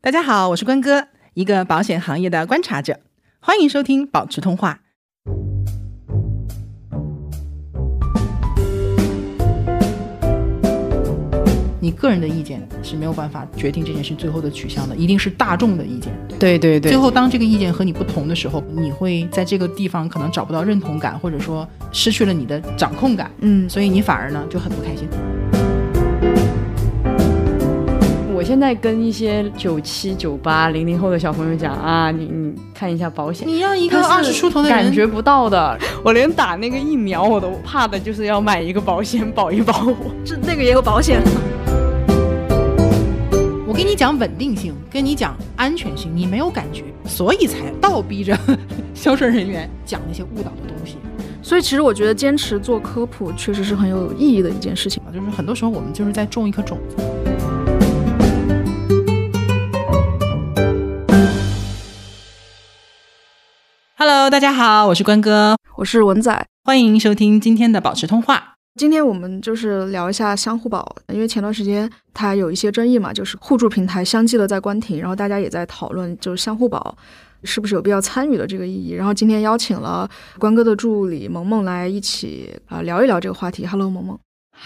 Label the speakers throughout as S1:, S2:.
S1: 大家好，我是关哥，一个保险行业的观察者，欢迎收听保持通话。你个人的意见是没有办法决定这件事最后的取向的，一定是大众的意见。
S2: 对对对
S1: 最，后，当这个意见和你不同的时候，你会在这个地方可能找不到认同感，或者说失去了你的掌控感，
S2: 嗯，
S1: 所以你反而呢就很不开心。
S2: 我现在跟一些九七、九八、零零后的小朋友讲啊，你你看一下保险，
S1: 你让一
S2: 一
S1: 个二十出头的人
S2: 感觉不到的，我连打那个疫苗我都怕的，就是要买一个保险保一保我。这那个也有保险，
S1: 我跟你讲稳定性，跟你讲安全性，你没有感觉，所以才倒逼着 销售人员讲那些误导的东西。
S3: 所以其实我觉得坚持做科普确实是很有意义的一件事情。
S1: 啊就是很多时候我们就是在种一颗种子。Hello，大家好，我是关哥，
S3: 我是文仔，
S1: 欢迎收听今天的保持通话。
S3: 今天我们就是聊一下相互保，因为前段时间它有一些争议嘛，就是互助平台相继的在关停，然后大家也在讨论就是相互保。是不是有必要参与的这个意义？然后今天邀请了关哥的助理萌萌来一起啊、聊一聊这个话题。Hello，萌萌。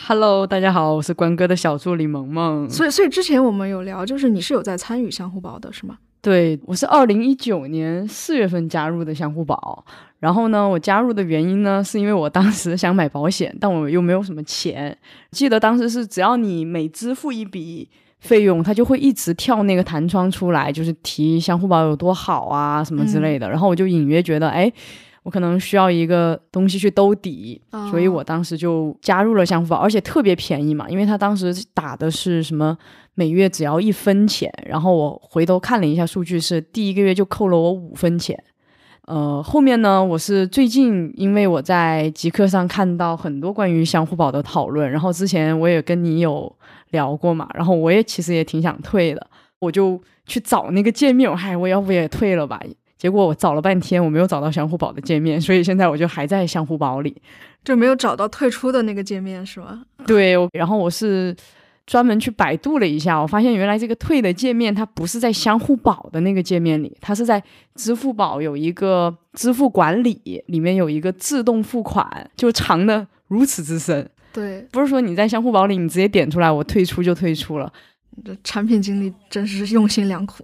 S2: Hello，大家好，我是关哥的小助理萌萌。
S3: 所以，所以之前我们有聊，就是你是有在参与相互保的，是吗？
S2: 对，我是二零一九年四月份加入的相互保，然后呢，我加入的原因呢，是因为我当时想买保险，但我又没有什么钱。记得当时是只要你每支付一笔费用，它就会一直跳那个弹窗出来，就是提相互保有多好啊什么之类的。然后我就隐约觉得，哎。我可能需要一个东西去兜底，
S3: 哦
S2: 所以我当时就加入了相互保，而且特别便宜嘛，因为他当时打的是什么每月只要一分钱，然后我回头看了一下数据，是第一个月就扣了我五分钱。呃，后面呢，我是最近因为我在极客上看到很多关于相互保的讨论，然后之前我也跟你有聊过嘛，然后我也其实也挺想退的，我就去找那个界面，我嗨，我要不也退了吧？结果我找了半天，我没有找到相互保的界面，所 以现在我就还在相互保里。
S3: 就没有找到退出的那个界面，是吗？
S2: 对，我然后我是专门去百度了一下，我发现原来这个退的界面它不是在相互宝的那个界面里，它是在支付宝有一个支付管理里面有一个自动付款，就长的如此之深。
S3: 对，
S2: 不是说你在相互宝里你直接点出来我退出就退出了。
S3: 这产品经理真是用心良苦。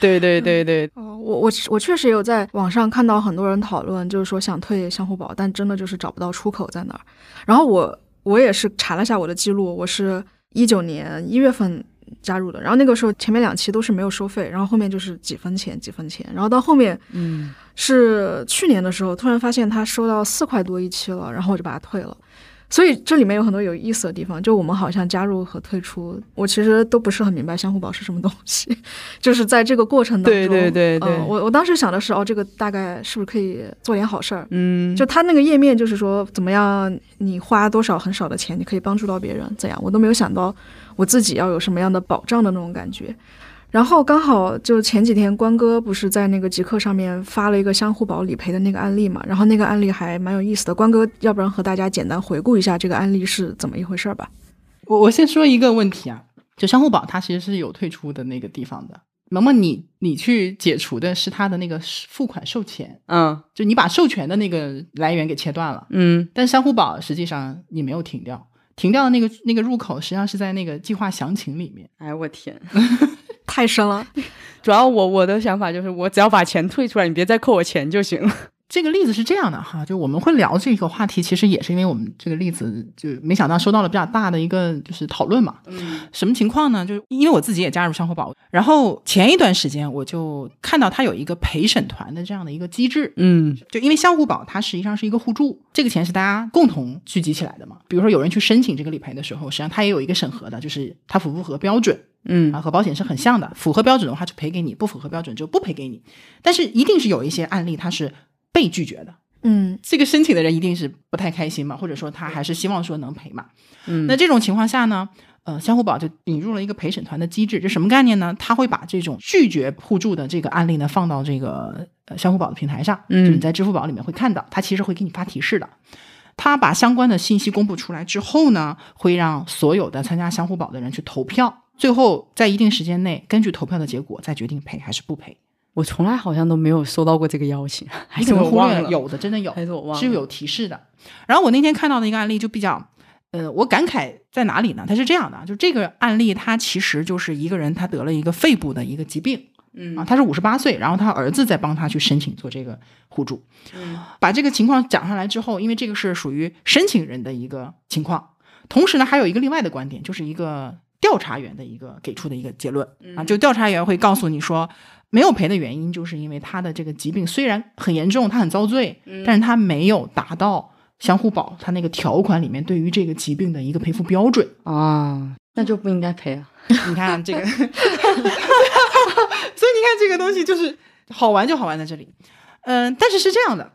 S2: 对对对对，
S3: 哦，我我我确实有在网上看到很多人讨论，就是说想退相互保，但真的就是找不到出口在哪儿。然后我我也是查了一下我的记录，我是一九年一月份加入的，然后那个时候前面两期都是没有收费，然后后面就是几分钱几分钱，然后到后面
S2: 嗯，
S3: 是去年的时候，突然发现它收到四块多一期了，然后我就把它退了。所以这里面有很多有意思的地方，就我们好像加入和退出，我其实都不是很明白相互保是什么东西， 就是在这个过程当中，
S2: 对对对对
S3: 呃我我当时想的是，哦，这个大概是不是可以做点好事儿？
S2: 嗯，
S3: 就它那个页面就是说，怎么样，你花多少很少的钱，你可以帮助到别人，怎样？我都没有想到我自己要有什么样的保障的那种感觉。然后刚好就前几天关哥不是在那个极客上面发了一个相互保理赔的那个案例嘛，然后那个案例还蛮有意思的。关哥，要不然和大家简单回顾一下这个案例是怎么一回事儿吧？
S1: 我我先说一个问题啊，就相互宝它其实是有退出的那个地方的。萌萌，你你去解除的是它的那个付款授权，
S2: 嗯
S1: 就你把授权的那个来源给切断了。
S2: 嗯
S1: 但相互宝实际上你没有停掉，停掉的那个那个入口实际上是在那个计划详情里面。
S2: 哎我天，
S3: 太深了，
S2: 主要我我的想法就是我只要把钱退出来，你别再扣我钱就行了。
S1: 这个例子是这样的哈，就我们会聊这个话题，其实也是因为我们这个例子就没想到收到了比较大的一个就是讨论嘛。
S2: 嗯
S1: 什么情况呢？就是因为我自己也加入相互保，然后前一段时间我就看到它有一个陪审团的这样的一个机制，
S2: 嗯
S1: 就因为相互保它实际上是一个互助，这个钱是大家共同聚集起来的嘛。比如说有人去申请这个理赔的时候，实际上它也有一个审核的，就是它符不符合标准
S2: 嗯
S1: 啊，和保险是很像的。符合标准的话就赔给你，不符合标准就不赔给你。但是一定是有一些案例它是被拒绝的，
S3: 嗯，
S1: 这个申请的人一定是不太开心嘛，或者说他还是希望说能赔嘛。
S2: 嗯
S1: 那这种情况下呢，呃，相互保就引入了一个陪审团的机制，这什么概念呢？他会把这种拒绝互助的这个案例呢，放到这个呃相互保的平台上，
S2: 嗯
S1: 就你在支付宝里面会看到，他其实会给你发提示的。他把相关的信息公布出来之后呢，会让所有的参加相互保的人去投票，最后在一定时间内根据投票的结果再决定赔还是不赔。
S2: 我从来好像都没有收到过这个邀请，还
S1: 你
S2: 是
S1: 可能
S2: 我
S1: 忽略
S2: 忘
S1: 了，
S2: 了，哎
S1: 有的真的有，
S2: 还是我忘了，
S1: 是有提示的。然后我那天看到的一个案例就比较，呃，我感慨在哪里呢？它是这样的，啊就这个案例，它其实就是一个人他得了一个肺部的一个疾病
S2: 嗯
S1: 啊，他是五十八岁，然后他儿子在帮他去申请做这个互助。
S2: 嗯
S1: 把这个情况讲上来之后，因为这个是属于申请人的一个情况，同时呢，还有一个另外的观点，就是一个调查员的一个给出的一个结论
S2: 嗯
S1: 啊，就调查员会告诉你说，没有赔的原因就是因为他的这个疾病虽然很严重，他很遭罪，但是他没有达到相互保他那个条款里面对于这个疾病的一个赔付标准。
S2: 啊，那就不应该赔啊。
S1: 你看这个， 所以你看这个东西就是好玩就好玩在这里。嗯、但是是这样的，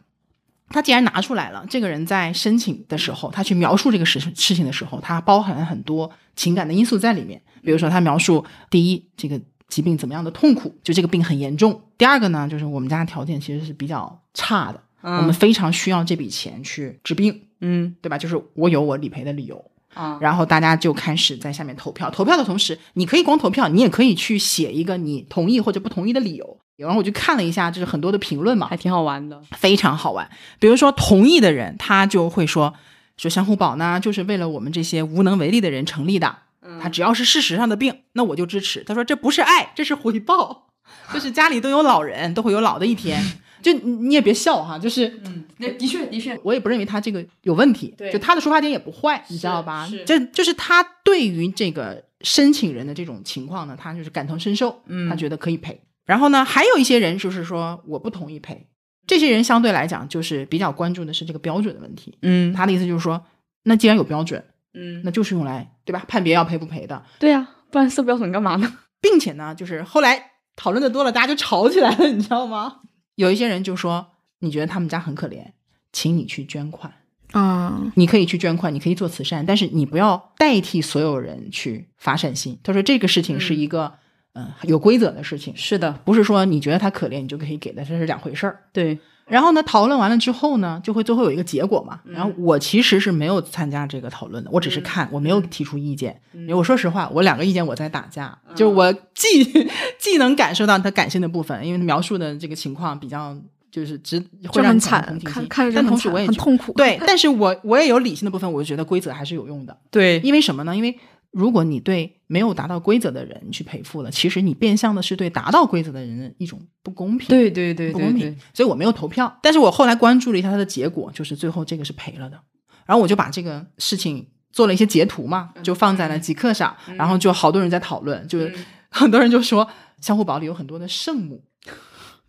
S1: 他既然拿出来了，这个人在申请的时候，他去描述这个事事情的时候，他包含很多情感的因素在里面。比如说，他描述第一，这个疾病怎么样的痛苦，就这个病很严重；第二个呢，就是我们家条件其实是比较差的，我们非常需要这笔钱去治病，
S2: 嗯
S1: 对吧？就是我有我理赔的理由。
S2: 啊，
S1: 然后大家就开始在下面投票。投票的同时，你可以光投票，你也可以去写一个你同意或者不同意的理由。然后我就看了一下，就是很多的评论嘛
S2: 还，挺好玩的。
S1: 非常好玩。比如说同意的人，他就会说说相互保呢，就是为了我们这些无能为力的人成立的。他只要是事实上的病，那我就支持。他说这不是爱，这是回报。 就是家里都有老人，都会有老的一天。就你你也别笑哈，就是
S2: 嗯，那的确的确，
S1: 我也不认为他这个有问题，
S2: 对
S1: 就他的出发点也不坏，你
S2: 是
S1: 知道吧
S2: 是？
S1: 这就是他对于这个申请人的这种情况呢，他就是感同身受，
S2: 嗯
S1: 他觉得可以赔。然后呢，还有一些人就是说我不同意赔，这些人相对来讲就是比较关注的是这个标准的问题。
S2: 嗯
S1: 他的意思就是说，那既然有标准，
S2: 嗯，
S1: 那就是用来对吧判别要赔不赔的，
S2: 对呀、不然设标准干嘛呢？
S1: 并且呢，就是后来讨论的多了，大家就吵起来了，你知道吗？有一些人就说，你觉得他们家很可怜，请你去捐款。
S3: 啊、
S1: 你可以去捐款，你可以做慈善，但是你不要代替所有人去发善心。他说这个事情是一个嗯、呃有规则的事情，
S2: 是的，
S1: 不是说你觉得他可怜你就可以给的，这是两回事儿。
S2: 对，
S1: 然后呢，讨论完了之后呢，就会最后有一个结果嘛。
S3: 嗯
S1: 然后我其实是没有参加这个讨论的，我只是看，我没有提出意见。
S3: 嗯
S1: 因为我说实话，我两个意见我在打架，就是我既 既能感受到他感性的部分，因为他描述的这个情况比较就是只会
S3: 就
S1: 让
S3: 很
S1: 你产生
S3: 惨
S1: 同，情
S3: 看
S1: 心
S3: 看着就
S1: 但
S3: 很
S1: 同时
S3: 惨
S1: 我也
S3: 很
S1: 觉得
S3: 痛苦。
S1: 对，但是我我也有理性的部分，我觉得规则还是有用的。
S2: 对，
S1: 因为什么呢？因为如果你对没有达到规则的人你去赔付了，其实你变相的是对达到规则的人的一种不公平。。
S2: 对对对
S1: 不
S2: 对
S1: 公
S2: 对
S1: 平，，所以我没有投票。但是我后来关注了一下它的结果，就是最后这个是赔了的。然后我就把这个事情做了一些截图嘛，
S2: 嗯
S1: 就放在了极客上，然后就好多人在讨论，就是
S2: 嗯
S1: 很多人就说相互保里有很多的圣母，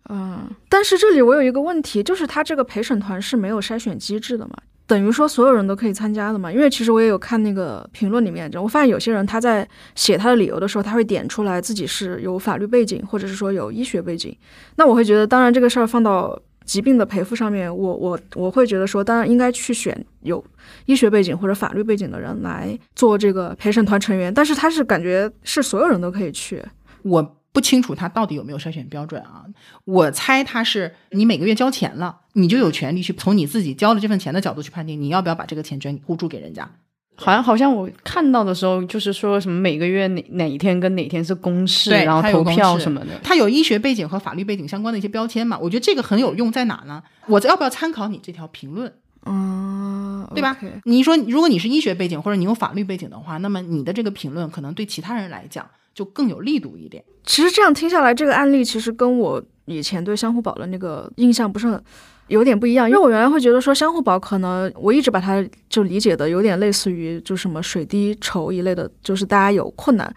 S3: 嗯，但是这里我有一个问题，就是他这个陪审团是没有筛选机制的嘛？等于说所有人都可以参加的嘛？因为其实我也有看那个评论里面，我发现有些人他在写他的理由的时候，他会点出来自己是有法律背景，或者是说有医学背景。那我会觉得，当然这个事儿放到疾病的赔付上面，我我我会觉得说，当然应该去选有医学背景或者法律背景的人来做这个陪审团成员。但是他是感觉是所有人都可以去，
S1: 我不清楚他到底有没有筛选标准啊。我猜他是你每个月交钱了，你就有权利去从你自己交了这份钱的角度去判定你要不要把这个钱捐互助给人家。
S2: 好像好像我看到的时候，就是说什么每个月哪哪一天跟哪天是公示，
S1: 对
S2: 然后
S1: 它有
S2: 投
S1: 公
S2: 票
S1: 示
S2: 什么的。
S1: 他有医学背景和法律背景相关的一些标签嘛？我觉得这个很有用，在哪呢？我要不要参考你这条评论？
S3: 嗯，
S1: 对吧
S3: OK
S1: 你说，如果你是医学背景或者你有法律背景的话，那么你的这个评论可能对其他人来讲就更有力度一点。
S3: 其实这样听下来，这个案例其实跟我以前对相互宝的那个印象不是很。有点不一样，因为我原来会觉得说相互宝可能我一直把它就理解的有点类似于就什么水滴筹一类的，就是大家有困难，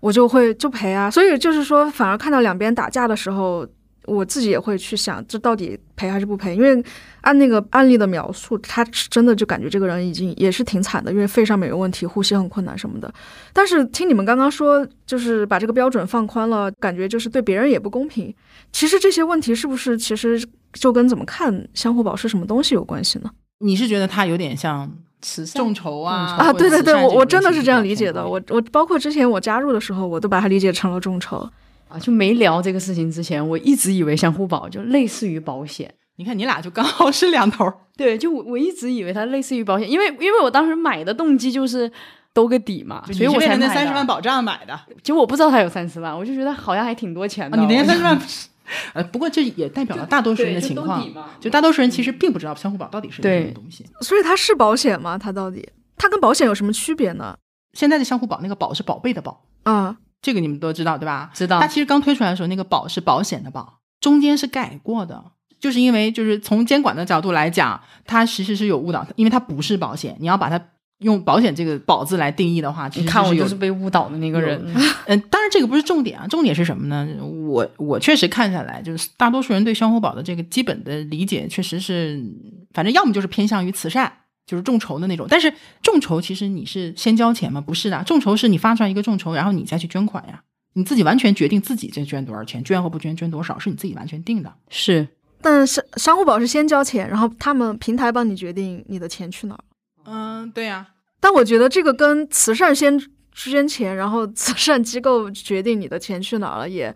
S3: 我就会就赔啊。所以就是说，反而看到两边打架的时候，我自己也会去想这到底赔还是不赔。因为按那个案例的描述，他真的就感觉这个人已经也是挺惨的，因为肺上面有问题，呼吸很困难什么的。但是听你们刚刚说，就是把这个标准放宽了，感觉就是对别人也不公平。其实这些问题是不是其实就跟怎么看相互保是什么东西有关系呢？
S1: 你是觉得他有点像
S2: 慈善
S1: 众筹啊？
S2: 众筹
S1: 或
S3: 啊，
S1: 者
S3: 对对
S1: 慈
S3: 对，
S1: 善
S3: 我
S1: 种
S3: 我真的
S1: 类型
S3: 是这样
S1: 比较
S3: 理解
S1: 偏
S3: 的。
S1: 多
S3: 我我包括之前我加入的时候，我都把它理解成了众筹。
S2: 啊，就没聊这个事情之前，我一直以为相互保就类似于保险。
S1: 你看你俩就刚好是两头儿。
S2: 对，就我我一直以为它类似于保险，因为因为我当时买的动机就是兜个底嘛，
S1: 就
S2: 所以
S1: 你
S2: 我
S1: 是为
S2: 才
S1: 了那
S2: 买
S1: 三
S2: 的嗯
S1: 十万保障买的，啊、
S2: 结果我不知道他有三十万，我就觉得好像还挺多钱的。
S1: 你那
S2: 我
S1: 三十万，呃，不过这也代表了大多数人的情况，就大多数人其实并不知道相互保到底是一个
S2: 对
S1: 什么东西。
S3: 所以它是保险吗？它到底它跟保险有什么区别呢？
S1: 现在的相互保，那个保是宝贝的保，
S3: 啊，
S1: 这个你们都知道对吧？
S2: 知道
S1: 它其实刚推出来的时候，那个保是保险的保，中间是改过的，就是因为就是从监管的角度来讲，它其实是有误导，因为它不是保险，你要把它用保险这个“保”字来定义的话，其
S2: 你
S1: 实
S2: 看我
S1: 有
S2: 就是被误导的那个人，
S1: 嗯，当然这个不是重点啊，重点是什么呢？我我确实看下来，就是大多数人对相互保的这个基本的理解，确实是，反正要么就是偏向于慈善，就是众筹的那种。但是众筹其实你是先交钱吗？不是的，众筹是你发出来一个众筹，然后你再去捐款呀，你自己完全决定自己这捐多少钱，捐和不捐，捐多少是你自己完全定的。
S2: 是
S3: 但是商户保是先交钱，然后他们平台帮你决定你的钱去哪儿。
S1: 嗯，对呀、
S3: 但我觉得这个跟慈善先捐钱，然后慈善机构决定你的钱去哪儿了，也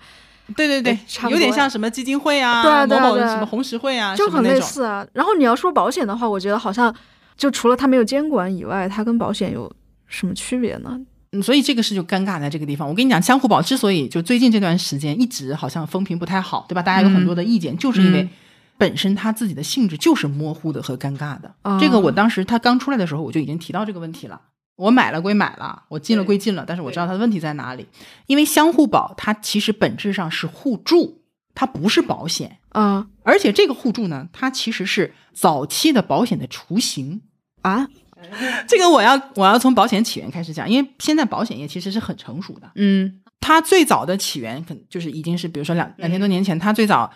S1: 对对对
S3: 哎差，不
S1: 有点
S3: 多呀
S1: 像什么基金会啊，
S3: 对啊对啊
S1: 某某
S3: 对啊
S1: 什么红十会啊，
S3: 就
S1: 什么
S3: 很
S1: 那
S3: 类
S1: 种
S3: 似啊。然后你要说保险的话，我觉得好像就除了它没有监管以外，它跟保险有什么区别呢？
S1: 嗯，所以这个事就尴尬在这个地方。我跟你讲，相互宝之所以就最近这段时间一直好像风评不太好，对吧？大家有很多的意见，就是因为
S2: 嗯
S1: 本身它自己的性质就是模糊的和尴尬的。
S3: 啊
S1: 这个我当时它刚出来的时候，我就已经提到这个问题了。我买了归买了，我进了归进了，但是我知道它的问题在哪里。因为相互保它其实本质上是互助，它不是保险。
S3: 啊
S1: 而且这个互助呢，它其实是早期的保险的雏形。
S3: 啊，
S1: 这个我要我要从保险起源开始讲，因为现在保险业其实是很成熟的。
S2: 嗯
S1: 它最早的起源，可能就是已经是，比如说两两千多年前，它最早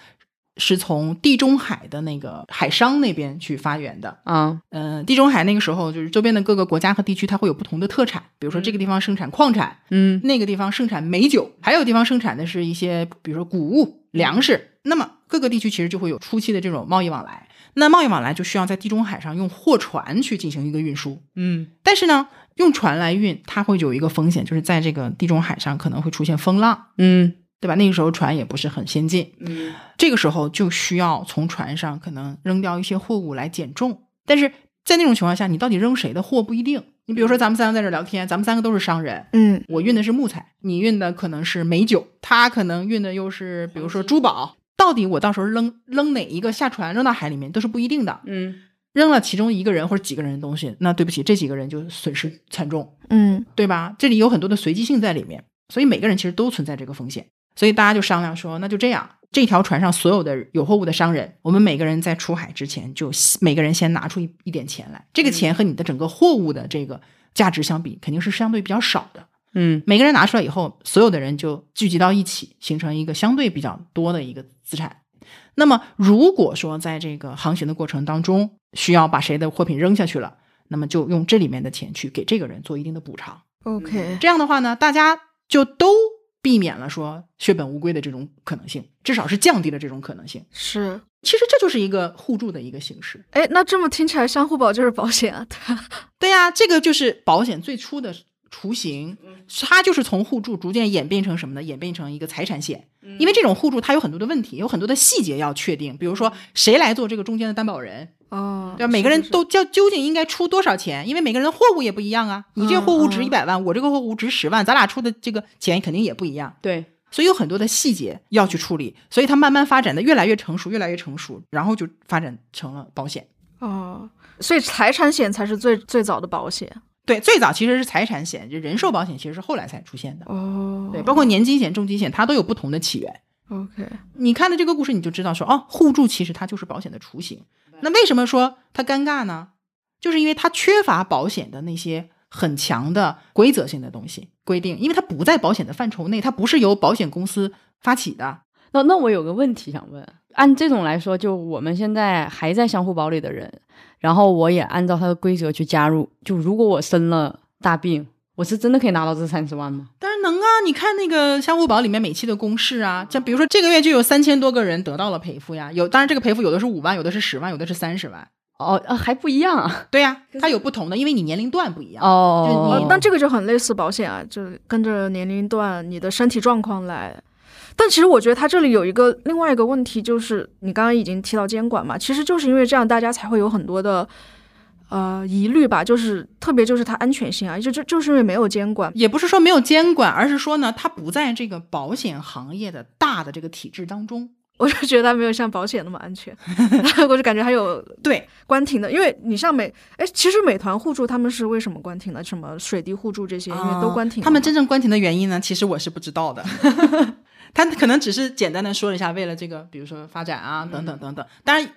S1: 是从地中海的那个海商那边去发源的。
S2: 啊
S1: 嗯、地中海那个时候就是周边的各个国家和地区，它会有不同的特产，比如说这个地方盛产矿产，
S2: 嗯
S1: 那个地方盛产美酒，还有地方盛产的是一些，比如说谷物、粮食。那么各个地区其实就会有初期的这种贸易往来。那贸易往来就需要在地中海上用货船去进行一个运输。
S2: 嗯
S1: 但是呢，用船来运，它会有一个风险，就是在这个地中海上可能会出现风浪，
S2: 嗯
S1: 对吧？那个时候船也不是很先进，
S2: 嗯
S1: 这个时候就需要从船上可能扔掉一些货物来减重。但是在那种情况下，你到底扔谁的货不一定。你比如说，咱们三个在这儿聊天，咱们三个都是商人，
S3: 嗯
S1: 我运的是木材，你运的可能是美酒，他可能运的又是比如说珠宝。到底我到时候扔扔哪一个下船扔到海里面都是不一定的。
S2: 嗯
S1: 扔了其中一个人或者几个人的东西，那对不起，这几个人就损失惨重。
S3: 嗯
S1: 对吧？这里有很多的随机性在里面，所以每个人其实都存在这个风险。所以大家就商量说，那就这样，这条船上所有的有货物的商人，我们每个人在出海之前就每个人先拿出一一点钱来，这个钱和你的整个货物的这个价值相比，肯定是相对比较少的。
S2: 嗯
S1: 每个人拿出来以后，所有的人就聚集到一起，形成一个相对比较多的一个资产。那么，如果说在这个航行的过程当中需要把谁的货品扔下去了，那么就用这里面的钱去给这个人做一定的补偿。
S3: ，OK，
S1: 这样的话呢，大家就都避免了说血本无归的这种可能性，至少是降低了这种可能性。
S3: 是。
S1: 其实这就是一个互助的一个形式。
S3: 哎，那这么听起来，相互保就是保险啊，对吧？
S1: 对呀、这个就是保险最初的雏形，
S3: 嗯
S1: 它就是从互助逐渐演变成什么呢？演变成一个财产险。因为这种互助它有很多的问题，有很多的细节要确定，比如说谁来做这个中间的担保人，
S3: 哦，
S1: 对吧？每个人
S3: 是是是
S1: 都叫究竟应该出多少钱？因为每个人的货物也不一样啊，你这个货物值
S3: 嗯嗯
S1: 一百万，我这个货物值十万，咱俩出的这个钱肯定也不一样。
S2: 对
S1: 所以有很多的细节要去处理，所以它慢慢发展的越来越成熟，越来越成熟，然后就发展成了保险。
S3: 哦，所以财产险才是最最早的保险
S1: 对，最早其实是财产险，就人寿保险其实是后来才出现的。
S3: 哦。
S1: 对，包括年金险、重疾险，它都有不同的起源。
S3: OK，
S1: 你看的这个故事，你就知道说，哦，互助其实它就是保险的雏形。那为什么说它尴尬呢？就是因为它缺乏保险的那些很强的规则性的东西规定，因为它不在保险的范畴内，它不是由保险公司发起的。
S2: 那那我有个问题想问，按这种来说，就我们现在还在相互保里的人，然后我也按照他的规则去加入，就如果我生了大病，我是真的可以拿到这三十万吗？
S1: 当然能啊！你看那个相互保里面每期的公示啊，像比如说这个月就有三千多个人得到了赔付呀，有当然这个赔付有的是五万，有的是十万，有的是三十万，
S2: 哦，啊还不一样啊！
S1: 对呀、它有不同的，因为你年龄段不一样。
S2: 哦，
S1: 就
S3: 哦
S1: 你，
S3: 但这个就很类似保险啊，就是跟着年龄段、你的身体状况来。但其实我觉得它这里有一个另外一个问题，就是你刚刚已经提到监管嘛，其实就是因为这样，大家才会有很多的呃疑虑吧，就是特别就是它安全性啊，就就就是因为没有监管，
S1: 也不是说没有监管，而是说呢，它不在这个保险行业的大的这个体制当中。
S3: 我就觉得它没有像保险那 么安全，我就感觉还有
S1: 对，
S3: 关停的，因为你像美，哎，其实美团互助他们是为什么关停的？什么水滴互助这些，因为都关
S1: 啊
S3: 停了嘛、
S1: 哦他们真正关停的原因呢，其实我是不知道的。 他可能只是简单的说了一下，为了这个，比如说发展啊，等
S3: 嗯
S1: 等等等。当然，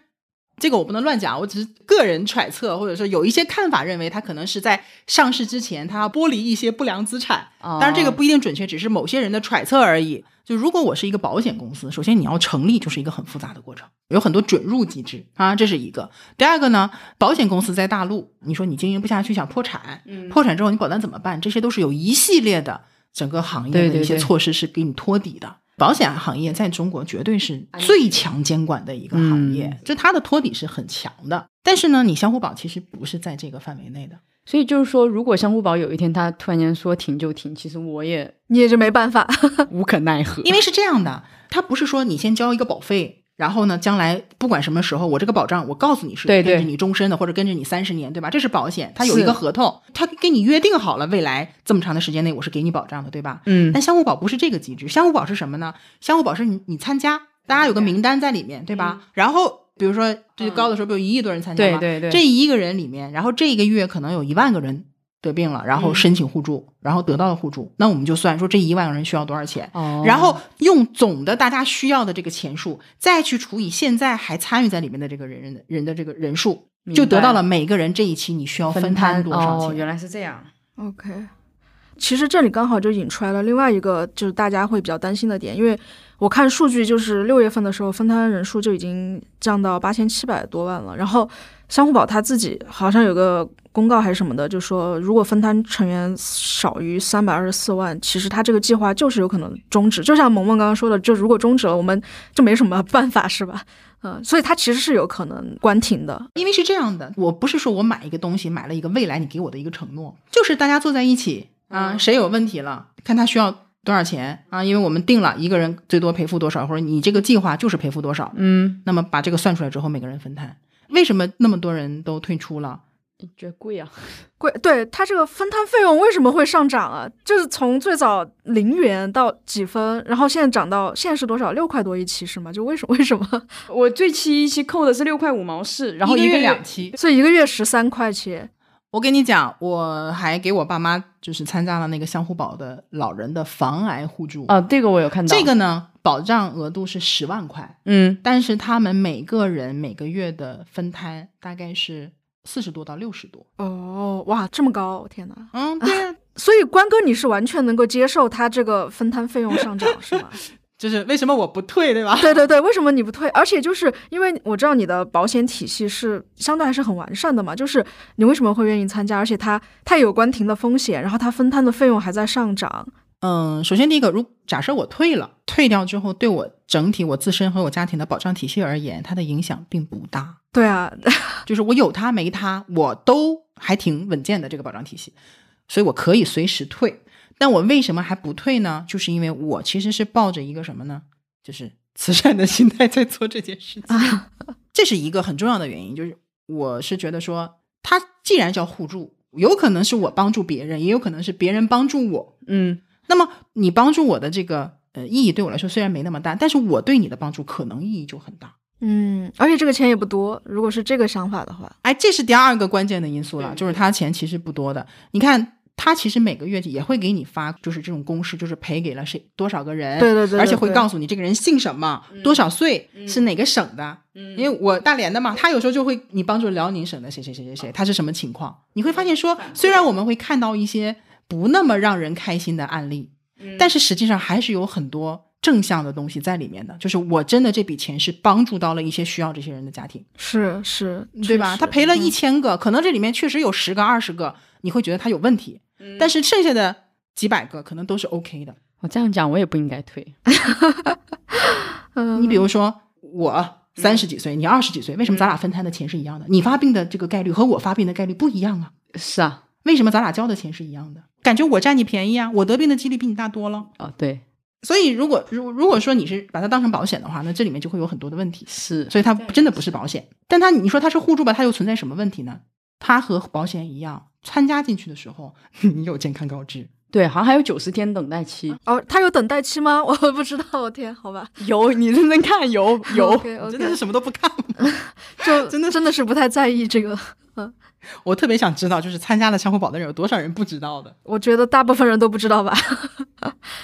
S1: 这个我不能乱讲，我只是个人揣测，或者说有一些看法认为，他可能是在上市之前，他要剥离一些不良资产。
S2: 当
S1: 当然，这个不一定准确，只是某些人的揣测而已。就如果我是一个保险公司，首先你要成立就是一个很复杂的过程，有很多准入机制啊，这是一个。第二个呢，保险公司在大陆，你说你经营不下去，想破产，
S2: 嗯
S1: 破产之后你保单怎么办？这些都是有一系列的整个行业
S2: 对
S1: 的
S2: 对
S1: 一些
S2: 对
S1: 措施是给你托底的。保险行业在中国绝对是最强监管的一个行业，
S2: 嗯
S1: 就它的托底是很强的。但是呢，你相互保其实不是在这个范围内的。
S2: 所以就是说，如果相互宝有一天他突然间说停就停，其实 我也
S3: 你也就没办法。
S2: 无可奈何，
S1: 因为是这样的，它不是说你先交一个保费，然后呢，将来不管什么时候，我这个保障我告诉你是
S2: 对
S1: 跟
S2: 对
S1: 着你终身的，或者跟着你三十年，对吧？这是保险，它有
S2: 是
S1: 一个合同，它跟你约定好了，未来这么长的时间内我是给你保障的，对吧？
S2: 嗯
S1: 但相互保不是这个机制，相互保是什么呢？相互保是你你参加，大家有个名单在里面，对吧？然后。比如说，最高的时候不有一亿多人参加
S2: 嗯对
S1: 吗？
S2: 对对
S1: 这一个人里面，然后这一个月可能有一万个人得病了，然后
S2: 嗯
S1: 申请互助，然后得到了互助，那我们就算说这一万个人需要多少钱，
S2: 哦，
S1: 然后用总的大家需要的这个钱数，再去除以现在还参与在里面的这个人人的人的这个人数，
S2: 明
S1: 就得
S2: 白
S1: 到了每个人这一期你需要
S2: 分
S1: 摊
S2: 摊
S1: 多少
S2: 哦，
S1: 钱。
S2: 原来是这样，
S3: OK，其实这里刚好就引出来了另外一个就是大家会比较担心的点，因为我看数据就是六月份的时候分摊人数就已经降到八千七百多万了，然后相互宝他自己好像有个公告还是什么的，就说如果分摊成员少于三百二十四万，其实他这个计划就是有可能终止，就像萌萌刚刚说的，就如果终止了，我们就没什么办法是吧？嗯，所以他其实是有可能关停的，
S1: 因为是这样的，我不是说我买一个东西，买了一个未来你给我的一个承诺，就是大家坐在一起啊，
S2: 嗯
S1: 谁有问题了，看他需要多少钱啊，因为我们定了一个人最多赔付多少，或者你这个计划就是赔付多少，
S2: 嗯，
S1: 那么把这个算出来之后，每个人分摊。为什么那么多人都退出了？
S2: 觉得贵啊，
S3: 贵，对它这个分摊费用为什么会上涨啊？就是从最早零元到几分，然后现在涨到现在是多少？六块多一期是吗？就为什么为 什么？
S2: 我最期一期扣的是六块五毛四，然后
S1: 一
S2: 个
S1: 月两期，
S3: 所以一个月十三块钱，
S1: 我跟你讲，我还给我爸妈就是参加了那个相互保的老人的防癌互助
S2: 啊，这个我有看到，
S1: 这个呢保障额度是十万块，
S2: 嗯，
S1: 但是他们每个人每个月的分摊大概是四十多到六十多。
S3: 哦，哇，这么高，天哪！
S1: 嗯，对 啊，
S3: 所以关哥，你是完全能够接受他这个分摊费用上涨是吗？
S1: 就是为什么我不退，对吧？
S3: 对对对，为什么你不退？而且就是因为我知道你的保险体系是相对还是很完善的嘛，就是你为什么会愿意参加？而且它它也有关停的风险，然后它分摊的费用还在上涨，
S1: 嗯，首先第一个，如假设我退了，退掉之后对我整体我自身和我家庭的保障体系而言，它的影响并不大。
S3: 对啊，
S1: 就是我有它没它，我都还挺稳健的这个保障体系，所以我可以随时退。但我为什么还不退呢？就是因为我其实是抱着一个什么呢？就是慈善的心态在做这件事情，这是一个很重要的原因。就是我是觉得说，它既然叫互助，有可能是我帮助别人，也有可能是别人帮助我，
S2: 嗯，
S1: 那么你帮助我的这个呃意义对我来说虽然没那么大，但是我对你的帮助可能意义就很大。
S3: 嗯，而且这个钱也不多，如果是这个想法的话，
S1: 哎，这是第二个关键的因素
S3: 嗯
S1: 了，
S2: 对
S1: 就是他钱其实不多的。你看，他其实每个月也会给你发，就是这种公示，就是赔给了谁多少个人，
S3: 对对对对
S1: 而且会
S3: 对嗯
S1: 告诉你这个人姓什么，多少岁，是哪个省的。因为我大连的嘛，他有时候就会你帮助辽宁省的谁谁谁谁谁，他是什么情况，你会发现说，虽然我们会看到一些不那么让人开心的案例，
S3: 嗯
S1: 但是实际上还是有很多。正向的东西在里面的，就是我真的这笔钱是帮助到了一些需要这些人的家庭。
S3: 是是，
S1: 对吧？他赔了一
S3: 千，
S1: 千个，可能这里面确实有十个、二十个，你会觉得他有问题，但是剩下的几百个可能都是 OK 的。
S2: 我哦这样讲我也不应该退，
S3: 嗯，
S1: 你比如说我三十几岁，你二十几岁，为什么咱俩分摊的钱是一样的？你发病的这个概率和我发病的概率不一样啊？
S2: 是啊，
S1: 为什么咱俩交的钱是一样的？感觉我占你便宜啊，我得病的几率比你大多了。
S2: 哦，对，
S1: 所以，如果如如果说你是把它当成保险的话，那这里面就会有很多的问题。
S2: 是，
S1: 所以它真的不是保险，但它你说它是互助吧，它又存在什么问题呢？它和保险一样，参加进去的时候 你有健康告知，
S2: 对，好像还有九十天等待期。
S1: 啊
S3: 哦，他有等待期吗？ 我不知道，我天，好吧，
S2: 有，你认真 看，有有。
S3: OK
S1: 真的是
S3: OK，
S1: 什么都不看吗。
S3: 就
S1: 真的
S3: 真的是不太在意这个。
S1: 我特别想知道，就是参加了相互保的人有多少人不知道的？
S3: 我觉得大部分人都不知道吧。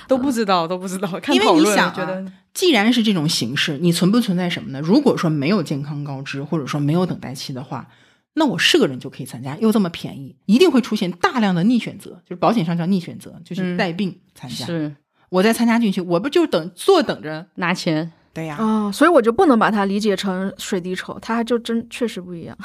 S2: 都不知道，都不知道。看
S1: 因为
S2: 讨
S1: 你
S2: 论
S1: 想
S2: 觉
S1: 啊
S2: 得
S1: 既然是这种形式，你存不存在什么呢？如果说没有健康告知，或者说没有等待期的话，那我是个人就可以参加，又这么便宜，一定会出现大量的逆选择，就是保险上叫逆选择，就是
S2: 嗯
S1: 带病参加。
S2: 是
S1: 我再参加进去，我不就等坐等着？
S2: 拿钱，
S1: 对呀、
S3: 哦，所以我就不能把它理解成水滴筹，它还就真确实不一样。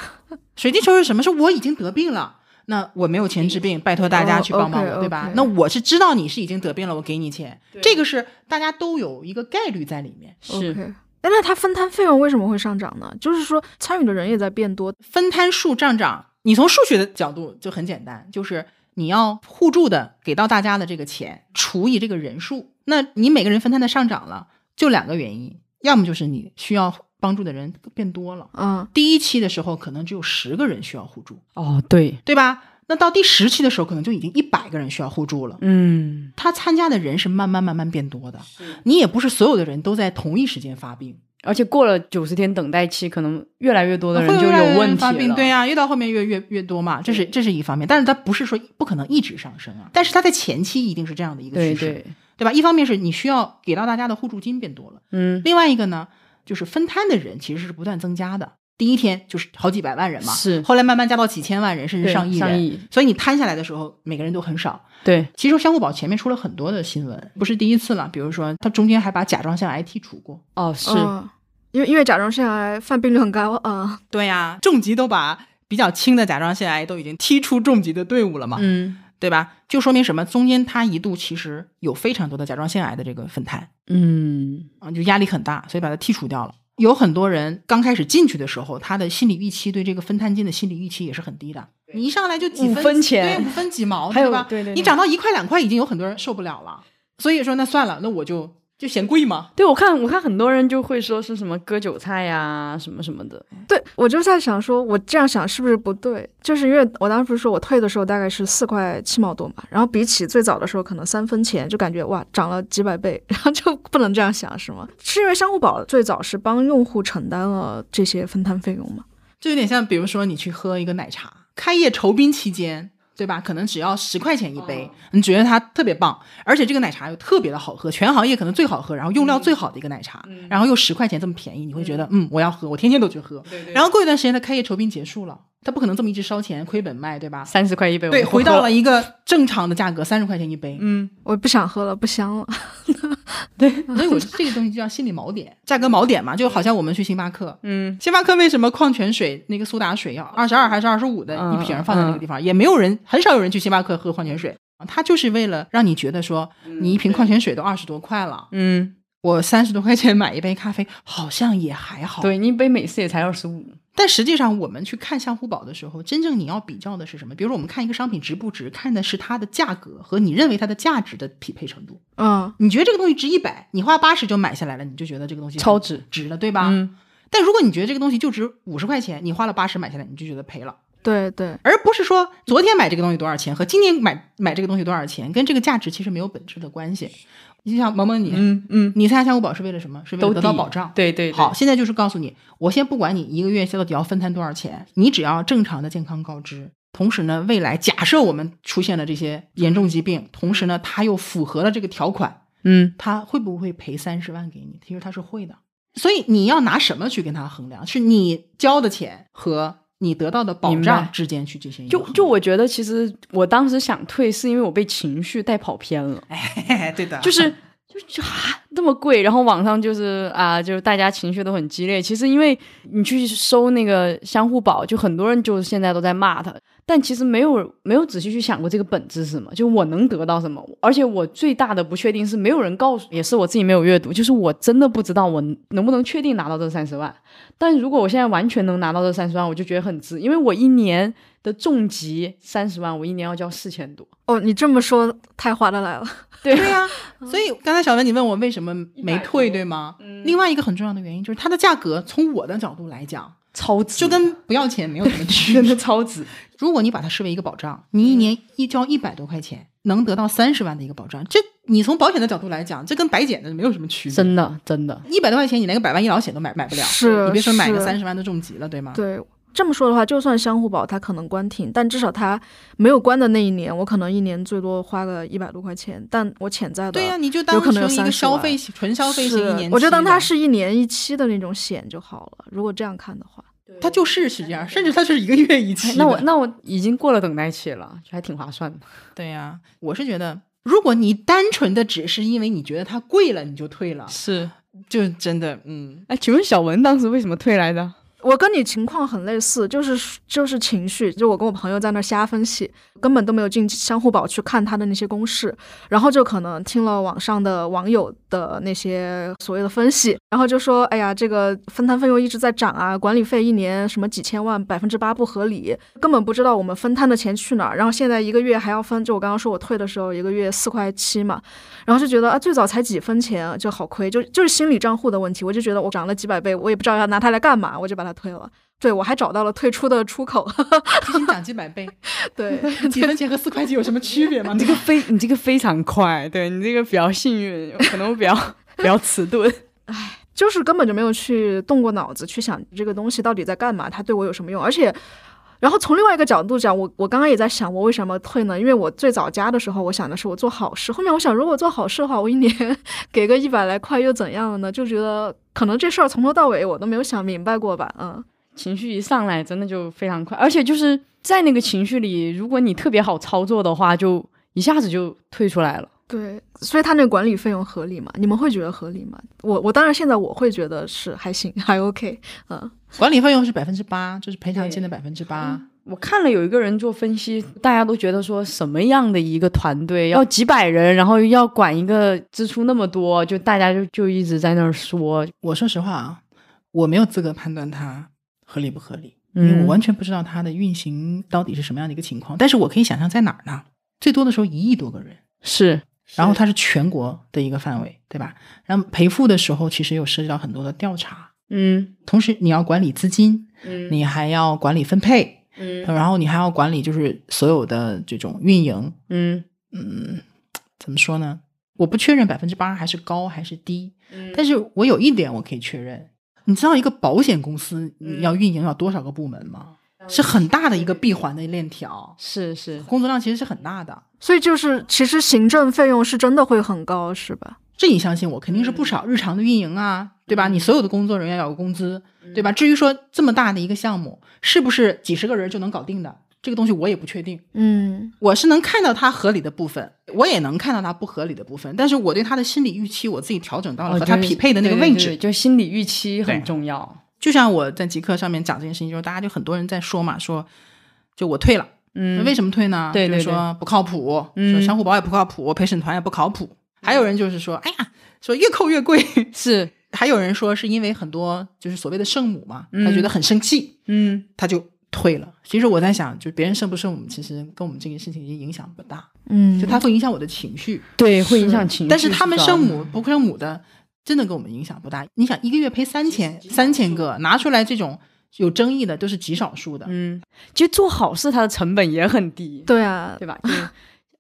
S1: 水滴筹是什么？是我已经得病了。那我没有钱治病，拜托大家去帮帮我，
S3: OK，OK
S1: 对吧？那我是知道你是已经得病了，我给你钱，这个是大家都有一个概率在里面。
S2: 是
S3: OK 哎那它分摊费用为什么会上涨呢？就是说参与的人也在变多，
S1: 分摊数账涨，你从数学的角度就很简单，就是你要互助的给到大家的这个钱除以这个人数，那你每个人分摊的上涨了，就两个原因，要么就是你需要帮助的人变多了，
S3: 嗯，
S1: 第一期的时候可能只有十个人需要互助，
S2: 哦，对，
S1: 对吧？那到第十期的时候，可能就已经一百个人需要互助了。
S2: 嗯，
S1: 他参加的人是慢慢慢慢变多的，你也不是所有的人都在同一时间发病，
S2: 而且过了九十天等待期，可能越来越多的人
S1: 会
S2: 就
S1: 越来越
S2: 问题
S1: 发病，
S2: 了。
S1: 对呀、越到后面越越越多嘛，这是这是一方面，但是它不是说不可能一直上升啊，但是它在前期一定是这样的一个趋
S2: 对
S1: 势，
S2: 对，
S1: 对吧？一方面是你需要给到大家的互助金变多了，
S2: 嗯，
S1: 另外一个呢，就是分摊的人其实是不断增加的，第一天就是好几百万人嘛，
S2: 是
S1: 后来慢慢加到几千万人，甚至
S2: 对
S1: 上亿
S2: 上
S1: 人，
S2: 亿，
S1: 所以你摊下来的时候，每个人都很少，
S2: 对，
S1: 其实相互宝前面出了很多的新闻，不是第一次了。比如说，他中间还把甲状腺癌剔除过。
S2: 哦，是，
S3: 嗯因为因为甲状腺癌犯病率很高啊、
S1: 对呀、重疾都把比较轻的甲状腺癌都已经踢出重疾的队伍了嘛，
S2: 嗯
S1: 对吧？就说明什么？中间他一度其实有非常多的甲状腺癌的这个分摊
S2: 嗯，
S1: 啊，就压力很大，所以把它剔除掉了。有很多人刚开始进去的时候，他的心理预期对这个分摊金的心理预期也是很低的。你一上来就几
S2: 五分钱
S1: 对，五分几毛，
S2: 还有
S1: 吧？
S2: 对对对
S1: 你涨到一块两块，已经有很多人受不了了。所以说，那算了，那我就就嫌贵嘛，
S2: 对我看我看很多人就会说是什么割韭菜呀、什么什么的，
S3: 对，我就在想说，我这样想是不是不对？就是因为我当时不是说我退的时候大概是四块七毛多嘛，然后比起最早的时候可能三分钱，就感觉哇涨了几百倍，然后就不能这样想是吗？是因为相互宝最早是帮用户承担了这些分摊费用吗？
S1: 就有点像，比如说你去喝一个奶茶，开业酬宾期间，对吧？可能只要十块钱一杯，你觉得它特别棒，而且这个奶茶又特别的好喝，全行业可能最好喝，然后用料最好的一个奶茶，然后又十块钱这么便宜，你会觉得嗯我要喝，我天天都去喝。然后过一段时间，它开业酬宾结束了，它不可能这么一直烧钱亏本卖，对吧？
S2: 三十块一杯，
S1: 对，
S2: 我们
S1: 回到
S2: 喝
S1: 了一个正常的价格，三十块钱一杯。
S2: 嗯，
S3: 我不想喝了，不香了。
S1: 所以我这个东西就叫心理锚点，价格锚点嘛，就好像我们去星巴克，
S2: 嗯，
S1: 星巴克为什么矿泉水那个苏打水要二十二还是二十五的
S2: 嗯
S1: 一瓶放在那个地方，也没有人很少有人去星巴克喝矿泉水，它就是为了让你觉得说你一瓶矿泉水都二十多块了，
S2: 嗯，
S1: 我三十多块钱买一杯咖啡好像也还好。，
S2: 对你一杯美式也才二十五，
S1: 但实际上我们去看相互宝的时候，真正你要比较的是什么？比如说我们看一个商品值不值，看的是它的价格和你认为它的价值的匹配程度。
S3: 嗯，
S1: 你觉得这个东西值一百，你花八十就买下来了，你就觉得这个东西
S2: 超值
S1: 值了，对吧？
S2: 嗯
S1: 但如果你觉得这个东西就值五十块钱，你花了八十买下来，你就觉得赔了。
S3: 对对，
S1: 而不是说昨天买这个东西多少钱和今天买买这个东西多少钱，跟这个价值其实没有本质的关系。你就像萌萌你，
S2: 嗯嗯，
S1: 你参加相互保是为了什么？是为
S2: 都
S1: 了得到
S2: 抵
S1: 保障。
S2: 对对，对
S1: 好，，现在就是告诉你，我先不管你一个月到底要分摊多少钱，你只要正常的健康告知。同时呢，未来假设我们出现了这些严重疾病，同时呢，它又符合了这个条款，
S2: 嗯，
S1: 他会不会赔三十万给你？其实他是会的。所以你要拿什么去跟他衡量？是你交的钱和你得到的保
S2: 明白
S1: 障之间去进行一个
S2: 就
S1: 衡量
S2: 就我觉得，其实我当时想退，是因为我被情绪带跑偏了，
S1: 哎，对的，
S2: 就
S1: 就是
S2: 是就就啊那么贵，然后网上就是啊，就是大家情绪都很激烈。其实因为你去搜那个相互宝，就很多人就是现在都在骂他，但其实没有没有仔细去想过这个本质是什么，就我能得到什么。而且我最大的不确定是没有人告诉，也是我自己没有阅读，就是我真的不知道我能不能确定拿到这三十万。但如果我现在完全能拿到这三十万，我就觉得很值，因为我一年的重疾三十万，我一年要交四千多。
S3: 哦，你这么说太划得来了。
S2: 对
S1: 对呀、所以刚才小文你问我为什么没
S2: 100多
S1: 退，对吗？另外一个很重要的原因就是它的价格，从我的角度来讲，
S2: 超值，
S1: 就跟不要钱没有 什么区别
S2: 真。的超值。
S1: 如果你把它视为一个保障，你一年一交一百多块钱，能得到三十万的一个保障，这你从保险的角度来讲，这跟白捡的没有什么区别。
S2: 真的，真的，
S1: 一百多块钱，你连个百万医疗险都买买不了，
S3: 是
S1: 你别说买个
S3: 是
S1: 三十万的重疾了，对吗？
S3: 对，这么说的话，就算相互保它可能关停，但至少它没有关的那一年，我可能一年最多花个一百多块钱，但我潜在的
S1: 对呀、你就
S3: 有
S1: 当
S3: 可
S1: 成
S3: 能有
S1: 一个
S3: 30
S1: 消
S3: 万
S1: 费型纯消费型
S3: 是
S1: 一年期的，
S3: 我就当它是一年一期的那种险就好了。如果这样看的话，
S1: 它就是是这样，甚至它是一个月一期
S2: 哎
S1: 的。
S2: 那我那我已经过了等待期了，还挺划算的。
S1: 对呀、我是觉得，如果你单纯的只是因为你觉得它贵了你就退了，
S2: 是，
S1: 就真的嗯，
S2: 哎，请问小文当时为什么退来的？
S3: 我跟你情况很类似，就是就是情绪，就我跟我朋友在那儿瞎分析，根本都没有进相互宝去看他的那些公式，然后就可能听了网上的网友的那些所谓的分析，然后就说，哎呀，这个分摊费用一直在涨啊，管理费一年什么几千万，百分之八不合理，根本不知道我们分摊的钱去哪儿，然后现在一个月还要分，就我刚刚说我退的时候一个月四块七嘛，然后就觉得啊，最早才几分钱就好亏，就就是心理账户的问题。我就觉得我涨了几百倍，我也不知道要拿它来干嘛，我就把它退了。对我还找到了退出的出口。
S1: 提前涨几百倍，
S3: 对，
S1: 几分钱和四块几有什么区别吗？你这个
S2: 非你这个非常快，对你这个比较幸运，可能我比较 比较迟钝。
S3: 就是根本就没有去动过脑子去想这个东西到底在干嘛，它对我有什么用，而且。然后从另外一个角度讲，我我刚刚也在想，我为什么退呢？因为我最早加的时候，我想的是我做好事。后面我想，如果做好事的话，我一年 给个一百来块又怎样呢？就觉得可能这事儿从头到尾我都没有想明白过吧。嗯，
S2: 情绪一上来，真的就非常快，而且就是在那个情绪里，如果你特别好操作的话，就一下子就退出来了。
S3: 对，所以他那个管理费用合理吗？你们会觉得合理吗？我我当然现在我会觉得是还行， 还 OK，嗯，
S1: 管理费用是百分之八，就是赔偿金的
S2: 对
S1: 百分之八。
S2: 我看了有一个人做分析，大家都觉得说什么样的一个团队要几百人，然后要管一个支出那么多，就大家就就一直在那儿说，
S1: 我说实话啊，我没有资格判断它合理不合理，因
S2: 嗯
S1: 为我完全不知道它的运行到底是什么样的一个情况。但是我可以想象在哪儿呢？最多的时候一亿多个人，
S2: 是
S1: 然后它是全国的一个范围，对吧？然后赔付的时候其实有涉及到很多的调查，
S2: 嗯
S1: 同时你要管理资金，
S2: 嗯
S1: 你还要管理分配，
S2: 嗯
S1: 然后你还要管理就是所有的这种运营。
S2: 嗯
S1: 嗯，怎么说呢？我不确认百分之八还是高还是低，
S2: 嗯
S1: 但是我有一点我可以确认，你知道一个保险公司
S2: 嗯
S1: 你要运营要多少个部门吗？是很大的一个闭环的链条，
S2: 是是
S1: 工作量其实是很大的。
S3: 所以就是其实行政费用是真的会很高，是吧？
S1: 这你相信我，肯定是
S2: 嗯
S1: 不少日常的运营啊，对吧？你所有的工作人员要有工资，对
S2: 嗯
S1: 吧？至于说这么大的一个项目是不是几十个人就能搞定的，这个东西我也不确定。
S3: 嗯，
S1: 我是能看到它合理的部分，我也能看到它不合理的部分，但是我对它的心理预期我自己调整到了
S2: 哦
S1: 和它
S2: 就是
S1: 匹配的那个
S2: 对
S1: 位
S2: 对
S1: 置。
S2: 对就心理预期很
S1: 对
S2: 重要。
S1: 就像我在极客上面讲这件事情，就是大家就很多人在说嘛，说就我退了，
S2: 嗯，
S1: 为什么退呢？
S2: 对对
S1: 就是说不靠谱，
S2: 嗯
S1: 说相互保也不靠谱，陪审团也不靠谱。还有人就是说，哎呀，说越扣越贵。
S2: 是
S1: 还有人说是因为很多就是所谓的圣母嘛，
S2: 嗯
S1: 他觉得很生气，
S2: 嗯
S1: 他就退了。其实我在想，就别人圣不圣母，其实跟我们这个事情影响不大，
S3: 嗯
S1: 就它会影响我的情绪。
S2: 对会影
S3: 是
S2: 响情绪，
S1: 但是他们
S2: 知道
S1: 圣
S2: 吗
S1: 母不圣母的，真的跟我们影响不大。你想，一个月赔三千三千个，拿出来这种有争议的都是极少数的。
S2: 嗯，其实做好事它的成本也很低，
S3: 对啊，
S2: 对吧？就是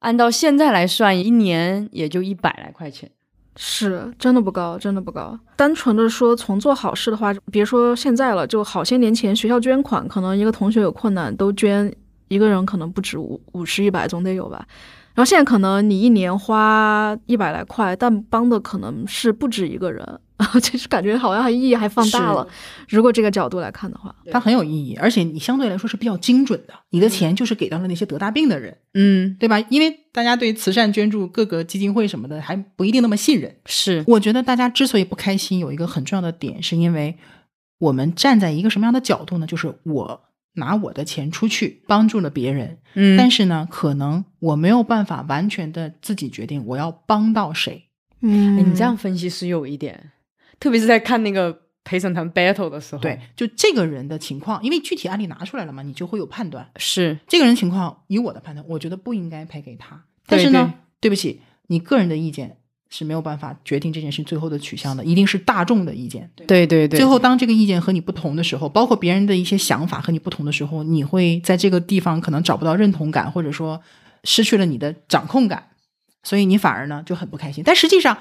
S2: 按照现在来算，一年也就一百来块钱。
S3: 是真的不高，真的不高。单纯的说从做好事的话，别说现在了，就好些年前学校捐款，可能一个同学有困难都捐，一个人可能不止五五十一百总得有吧。然后现在可能你一年花一百来块，但帮的可能是不止一个人， 就是感觉好像还意义还放大了。如果这个角度来看的话，
S1: 它很有意义，而且你相对来说是比较精准的，你的钱就是给到了那些得大病的人，
S2: 嗯，
S1: 对吧？因为大家对慈善捐助各个基金会什么的还不一定那么信任。
S2: 是
S1: 我觉得大家之所以不开心，有一个很重要的点，是因为我们站在一个什么样的角度呢？就是我拿我的钱出去帮助了别人，
S2: 嗯
S1: 但是呢，可能我没有办法完全的自己决定我要帮到谁。
S2: 哎
S3: 嗯
S2: 你这样分析是有一点，特别是在看那个陪审团 battle 的时候，
S1: 对，，就这个人的情况，因为具体案例拿出来了嘛，你就会有判断。
S2: 是
S1: 这个人情况，以我的判断，我觉得不应该赔给他。
S2: 对
S1: 但是呢，对不起，你个人的意见是没有办法决定这件事最后的取向的，一定是大众的意见。
S2: 对对对，
S1: 最后，当这个意见和你不同的时候，包括别人的一些想法和你不同的时候，你会在这个地方可能找不到认同感，或者说失去了你的掌控感，所以你反而呢就很不开心。但实际上，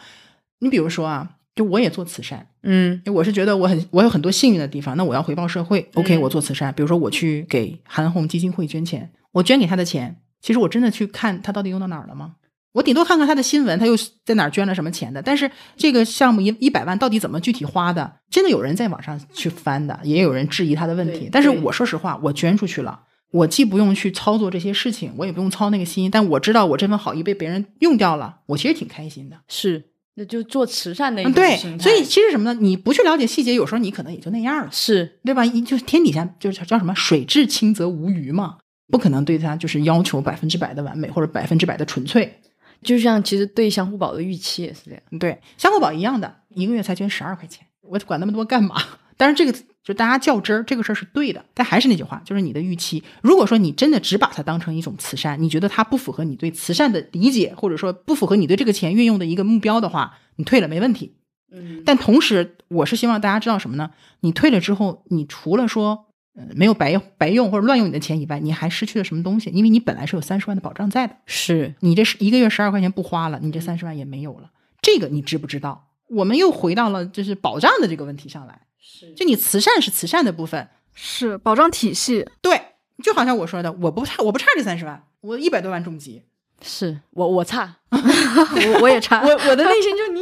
S1: 你比如说啊，就我也做慈善，
S2: 嗯
S1: 因为我是觉得我很我有很多幸运的地方，那我要回报社会。OK，
S2: 嗯
S1: 我做慈善，比如说我去给韩红基金会捐钱，我捐给他的钱，其实我真的去看他到底用到哪儿了吗？我顶多看看他的新闻，他又在哪儿捐了什么钱的。但是这个项目一一百万到底怎么具体花的，真的有人在网上去翻的，也有人质疑他的问题
S2: 对。
S1: 但是
S2: 对
S1: 我说实话，我捐出去了。我既不用去操作这些事情，我也不用操那个心，但我知道我这份好意被别人用掉了，我其实挺开心的。
S2: 是，那就做慈善的
S1: 嗯，
S2: 一种
S1: 对，
S2: 心态
S1: 所以其实什么呢？你不去了解细节，有时候你可能也就那样了，
S2: 是
S1: 对吧？一就是天底下就是叫什么“水至清则无鱼”嘛，不可能对它就是要求百分之百的完美或者百分之百的纯粹。嗯
S2: 就像其实对相互宝的预期也是这样，
S1: 对，相互宝一样的，一个月才捐十二块钱，我管那么多干嘛？ 但是这个就大家较真儿，这个事儿是对的。但还是那句话，就是你的预期。如果说你真的只把它当成一种慈善，你觉得它不符合你对慈善的理解，或者说不符合你对这个钱运用的一个目标的话，你退了没问题。
S2: 嗯
S1: 但同时，我是希望大家知道什么呢？你退了之后，你除了说、呃、没有白白用或者乱用你的钱以外，你还失去了什么东西？因为你本来是有三十万的保障在的，
S2: 是
S1: 你这一个月十二块钱不花了，你这三十万也没有了。这个你知不知道？我们又回到了就是保障的这个问题上来。
S2: 是
S1: 就你慈善是慈善的部分，
S3: 是保障体系，
S1: 对，就好像我说的，我不差，我不差这三十万，我一百多万重疾，
S2: 是我我 差，
S3: 我我也差。
S2: 我我的内 心就你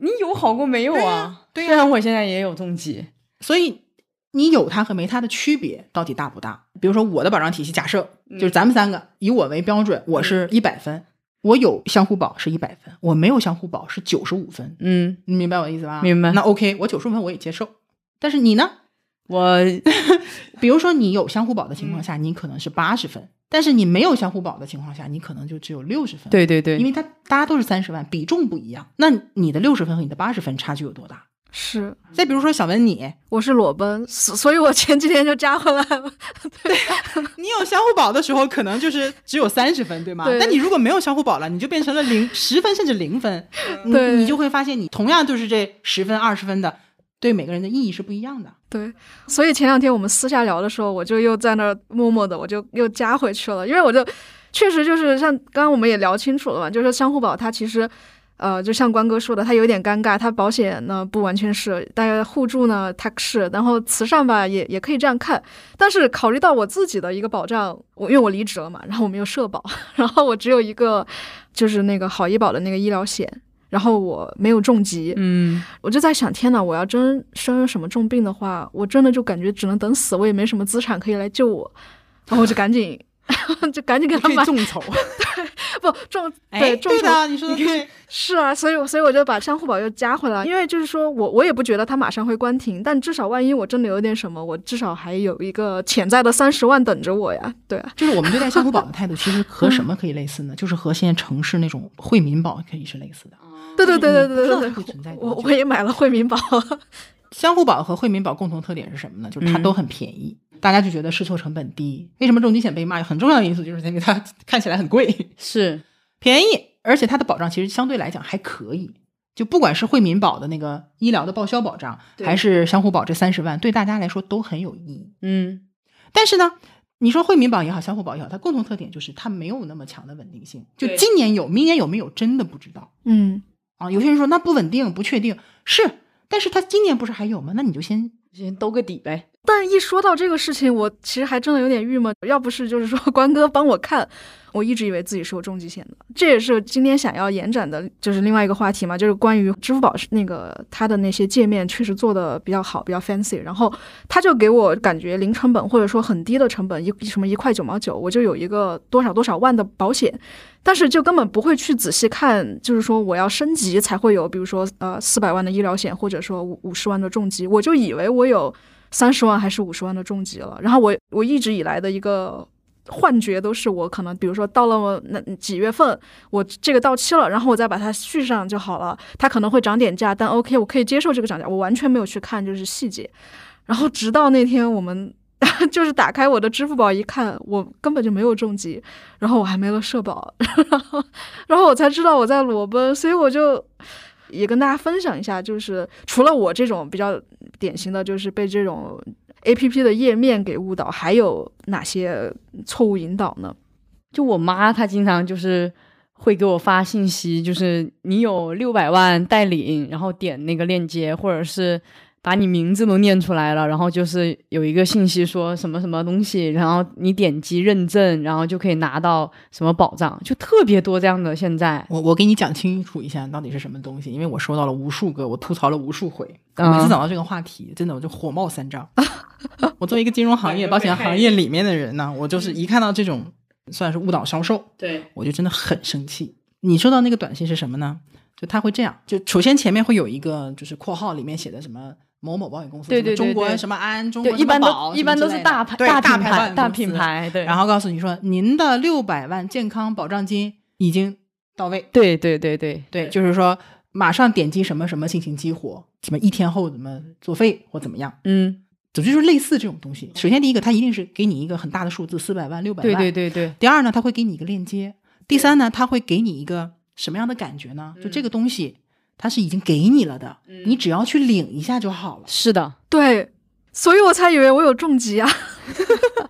S2: 你有好过没有
S1: 对
S2: 啊
S1: 呀？对呀
S2: 虽然我现在也有重疾，
S1: 所以你有它和没它的区别到底大不大？比如说我的保障体系，假设
S2: 嗯
S1: 就是咱们三个、以我为标准，我是一百分，我有相互保是一百分，我没有相互保是九十五分，
S2: 嗯，
S1: 你明白我的意思吧？
S2: 明白
S1: 那 OK，我九十分我也接受。但是你呢？
S2: 我
S1: 比如说你有相互保的情
S2: 嗯
S1: 况下，你可能是八十分，但是你没有相互保的情况下，你可能就只有六十分。，
S2: 对对对，
S1: 因为它大家都是三十万，比重不一样。那你的六十分和你的八十分差距有多大？
S3: 是，
S1: 再比如说小文你，
S3: 我是裸奔，所所以我前几天就加回来了。
S1: 你有相互保的时候，可能就是只有三十分，对吗？
S3: 对
S1: 但你如果没有相互保了，你就变成了 零十分甚至零分，你
S3: 对
S1: 你就会发现你同样就是这十分二十分的，对每个人的意义是不一样的。
S3: 对，所以前两天我们私下聊的时候，我就又在那儿默默的，我就又加回去了，因为我就确实就是像刚刚我们也聊清楚了嘛，就是相互保它其实。呃，就像关哥说的，它有点尴尬，它保险呢不完全是，但互助呢它是，然后慈善吧也也可以这样看，但是考虑到我自己的一个保障，我因为我离职了嘛，然后我没有社保， 然后我只有一个就是那个好医保的那个医疗险，然后我没有重疾，
S2: 嗯
S3: 我就在想，天哪！我要真生什么重病的话，我真的就感觉只能等死，我也没什么资产可以来救我，然后我就赶紧， 就赶紧给他
S1: 可以
S3: 买，
S1: 众筹，
S3: 不重
S1: 哎，
S3: 对众
S1: 对
S3: 筹
S1: 的，你说的对，
S3: 是啊，所以我所以我就把相互保又加回来，因为就是说我我也不觉得它马上会关停，但至少万一我真的有点什么，我至少还有一个潜在的三十万等着我呀，对啊，
S1: 就是我们对待相互保的态度，其实和什么可以类似呢？就是和现在城市那种惠民保可以是类似的。
S3: 对对对对
S1: 就是你不知道
S3: 对对
S1: 它会
S3: 对
S1: 存在
S3: 对，
S1: 多
S3: 我
S1: 久
S3: 我也买了惠民 保，
S1: 相互保和惠民保共同特点是什么呢？就是它
S2: 嗯
S1: 都很便宜，大家就觉得试错成本低。为什么重疾险被骂？很重要的因素就是因为它看起来很贵，
S2: 是
S1: 便宜，而且它的保障其实相对来讲还可以。就不管是惠民保的那个医疗的报销保障，
S2: 对
S1: 还是相互保这三十万，对大家来说都很有意义。
S2: 嗯
S1: 但是呢，你说惠民保也好，相互保也好，它共同特点就是它没有那么强的稳定性。就
S2: 对
S1: 今年有，明年有没有真的不知道。
S3: 嗯，
S1: 啊，有些人说那不稳定、不确定是，但是他今年不是还有吗？那你就先
S2: 先兜个底呗，
S3: 但一说到这个事情，我其实还真的有点郁闷。要不是就是说 关哥帮我看，我一直以为自己是有重疾险的。这也是今天想要延展的，就是另外一个话题嘛，就是关于支付宝那个它的那些界面确实做的比较好，比较 fancy。然后他就给我感觉零成本或者说很低的成本，一什么一块九毛九，我就有一个多少多少万的保险。但是就根本不会去仔细看，就是说我要升级才会有，比如说呃四百万的医疗险，或者说五五十万的重疾，我就以为我有三十万还是五十万的重疾了。然后我我一直以来的一个幻觉都是我可能，比如说到了那几月份，我这个到期了，然后我再把它续上就好了。它可能会涨点价，但 OK，我可以接受这个涨价，我完全没有去看就是细节。然后直到那天我们 就是打开我的支付宝一看，我根本就没有重疾，然后我还没了社保， 然后然后我才知道我在裸奔，所以我就也跟大家分享一下，就是除了我这种比较典型的，就是被这种 A P P 的页面给误导，还有哪些错误引导呢？
S2: 就我妈她经常就是会给我发信息，就是你有六百万代领，然后点那个链接，或者是把你名字都念出来了，然后就是有一个信息说什么什么东西，然后你点击认证，然后就可以拿到什么保障，就特别多这样的。现在
S1: 我我给你讲清楚一下到底是什么东西，因为我收到了无数个，我吐槽了无数回。我每次
S2: 嗯
S1: 讲到这个话题，真的我就火冒三丈。 我作为一个金融行业、保险行业里面的人呢，我就是一看到这种算是误导销售，
S2: 对，
S1: 我就真的很生气。你收到那个短信是什么呢？就他会这样，就首先前面会有一个就是括号里面写的什么。某某保险公司，
S2: 对对对
S1: 什么中国
S2: 对
S1: 什么安，中国
S2: 就
S1: 什
S2: 一
S1: 么
S2: 般
S1: 保
S2: 都一般都是大牌
S1: 对
S2: 大
S1: 大保
S2: 品
S1: 险
S2: 牌大
S1: 公
S2: 品
S1: 司
S2: 牌，对，
S1: 然后告诉你说，您的六百万健康保障金已经到位。
S2: 对对对对
S1: 对，就是说马上点击什么什么进行激活，什么一天后怎么作废或怎么样，
S2: 嗯，
S1: 总之就是类似这种东西。首先第一个，它一定是给你一个很大的数字，四百万、六百万。
S2: 对对对对，
S1: 第二呢，它会给你一个链接。第三呢，它会给你一个什么样的感觉呢？就
S2: 嗯
S1: 这个东西，它是已经给你了的，你只要去领一下就好了。
S2: 是的，
S3: 对，所以我才以为我有重疾啊。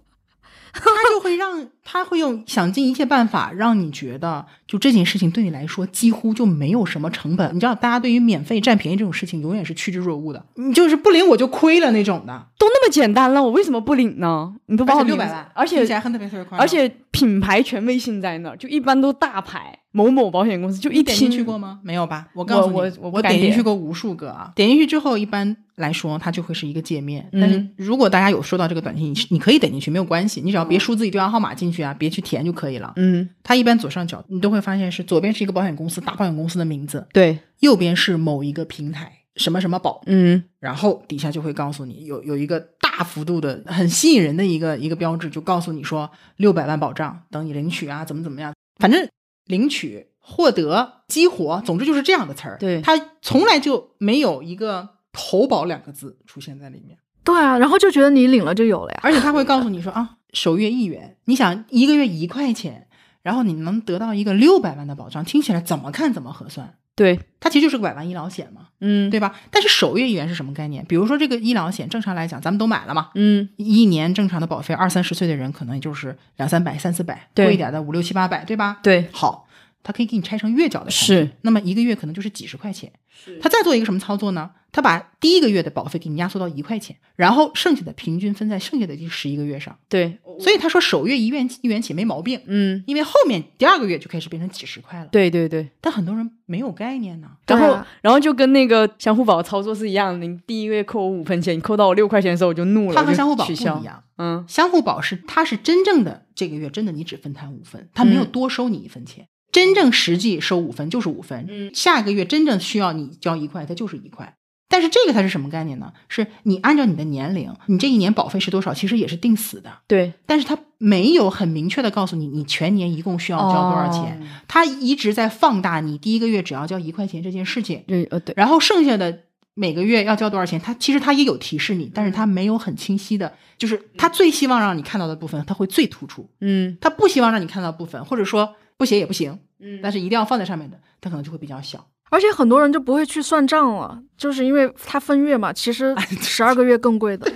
S1: 他就会让他会用想尽一切办法让你觉得，就这件事情对你来说几乎就没有什么成本。你知道，大家对于免费占便宜这种事情永远是趋之若鹜的，你就是不领我就亏了那种的。
S2: 都那么简单了，我为什么不领呢？你都把我
S1: 六
S2: 名
S1: 百
S2: 字
S1: 万，
S2: 而
S1: 听起来
S2: 且
S1: 很特别特别快乐。
S2: 而且品牌权威性在那儿，就一般都大牌，某某保险公司就一
S1: 你点进
S2: 听
S1: 去过吗？没有吧？我告诉你，
S2: 我
S1: 我
S2: 我我不敢
S1: 点进
S2: 点
S1: 去过无数个啊。点进去之后，一般来说它就会是一个界面。
S2: 嗯
S1: 但是如果大家有收到这个短信，你是你可以点进去，没有关系，你只要别输自己电话号码进去啊，别去填就可以了。
S2: 嗯，
S1: 它一般左上角你都会发现是左边是一个保险公司，大保险公司的名字，
S2: 对，
S1: 右边是某一个平台什么什么宝，
S2: 嗯，
S1: 然后底下就会告诉你有有一个大幅度的、很吸引人的一个一个标志，就告诉你说六百万保障等你领取啊，怎么怎么样，反正领取、获得、激活，总之就是这样的词儿。
S2: 对
S1: 它从来就没有一个投保两个字出现在里面，
S3: 对啊，然后就觉得你领了就有了呀。
S1: 而且他会告诉你说啊，首月一元，你想一个月一块钱，然后你能得到一个六百万的保障，听起来怎么看怎么合算，
S2: 对，
S1: 它其实就是个百万医疗险嘛。
S2: 嗯，
S1: 对吧？但是首月一元是什么概念？比如说这个医疗险，正常来讲，咱们都买了嘛，
S2: 嗯，
S1: 一年正常的保费，二三十岁的人可能也就是两三百、三四百，
S2: 对
S1: 贵一点的五六七八百，对吧？
S2: 对，
S1: 好，它可以给你拆成月缴的，
S2: 是，
S1: 那么一个月可能就是几十块钱。他再做一个什么操作呢？他把第一个月的保费给你压缩到一块钱，然后剩下的平均分在剩下的这十一个月上。
S2: 对，
S1: 所以他说首月一元一元起没毛病，
S2: 嗯，
S1: 因为后面第二个月就开始变成几十块了。
S2: 对对对。
S1: 但很多人没有概念呢。
S2: 然
S3: 对
S2: 后
S3: 啊，
S2: 然后就跟那个相互宝操作是一样的。你第一个月扣我五分钱，你扣到我六块钱的时候，我就怒了。
S1: 它
S2: 我
S1: 和
S2: 就
S1: 相互保不
S2: 取
S1: 一
S2: 消。
S1: 样，
S2: 嗯，
S1: 相互保是它是真正的这个月真的你只分摊五分，它没有
S2: 嗯
S1: 多收你一分钱，真正实际收五分就是五分，
S2: 嗯
S1: 下个月真正需要你交一块，它就是一块。但是这个它是什么概念呢？是你按照你的年龄，你这一年保费是多少，其实也是定死的，
S2: 对，
S1: 但是它没有很明确的告诉你你全年一共需要交多少钱，
S2: 哦？
S1: 它一直在放大你第一个月只要交一块钱这件事情，
S2: 对，呃，对，
S1: 然后剩下的每个月要交多少钱，他其实他也有提示你，但是他没有很清晰的，就是他最希望让你看到的部分，他会最突出；
S2: 嗯
S1: 他不希望让你看到的部分，或者说不写也不行，
S2: 嗯
S1: 但是一定要放在上面的，他可能就会比较小。
S3: 而且很多人就不会去算账了，就是因为它分月嘛，其实十二个月更贵的。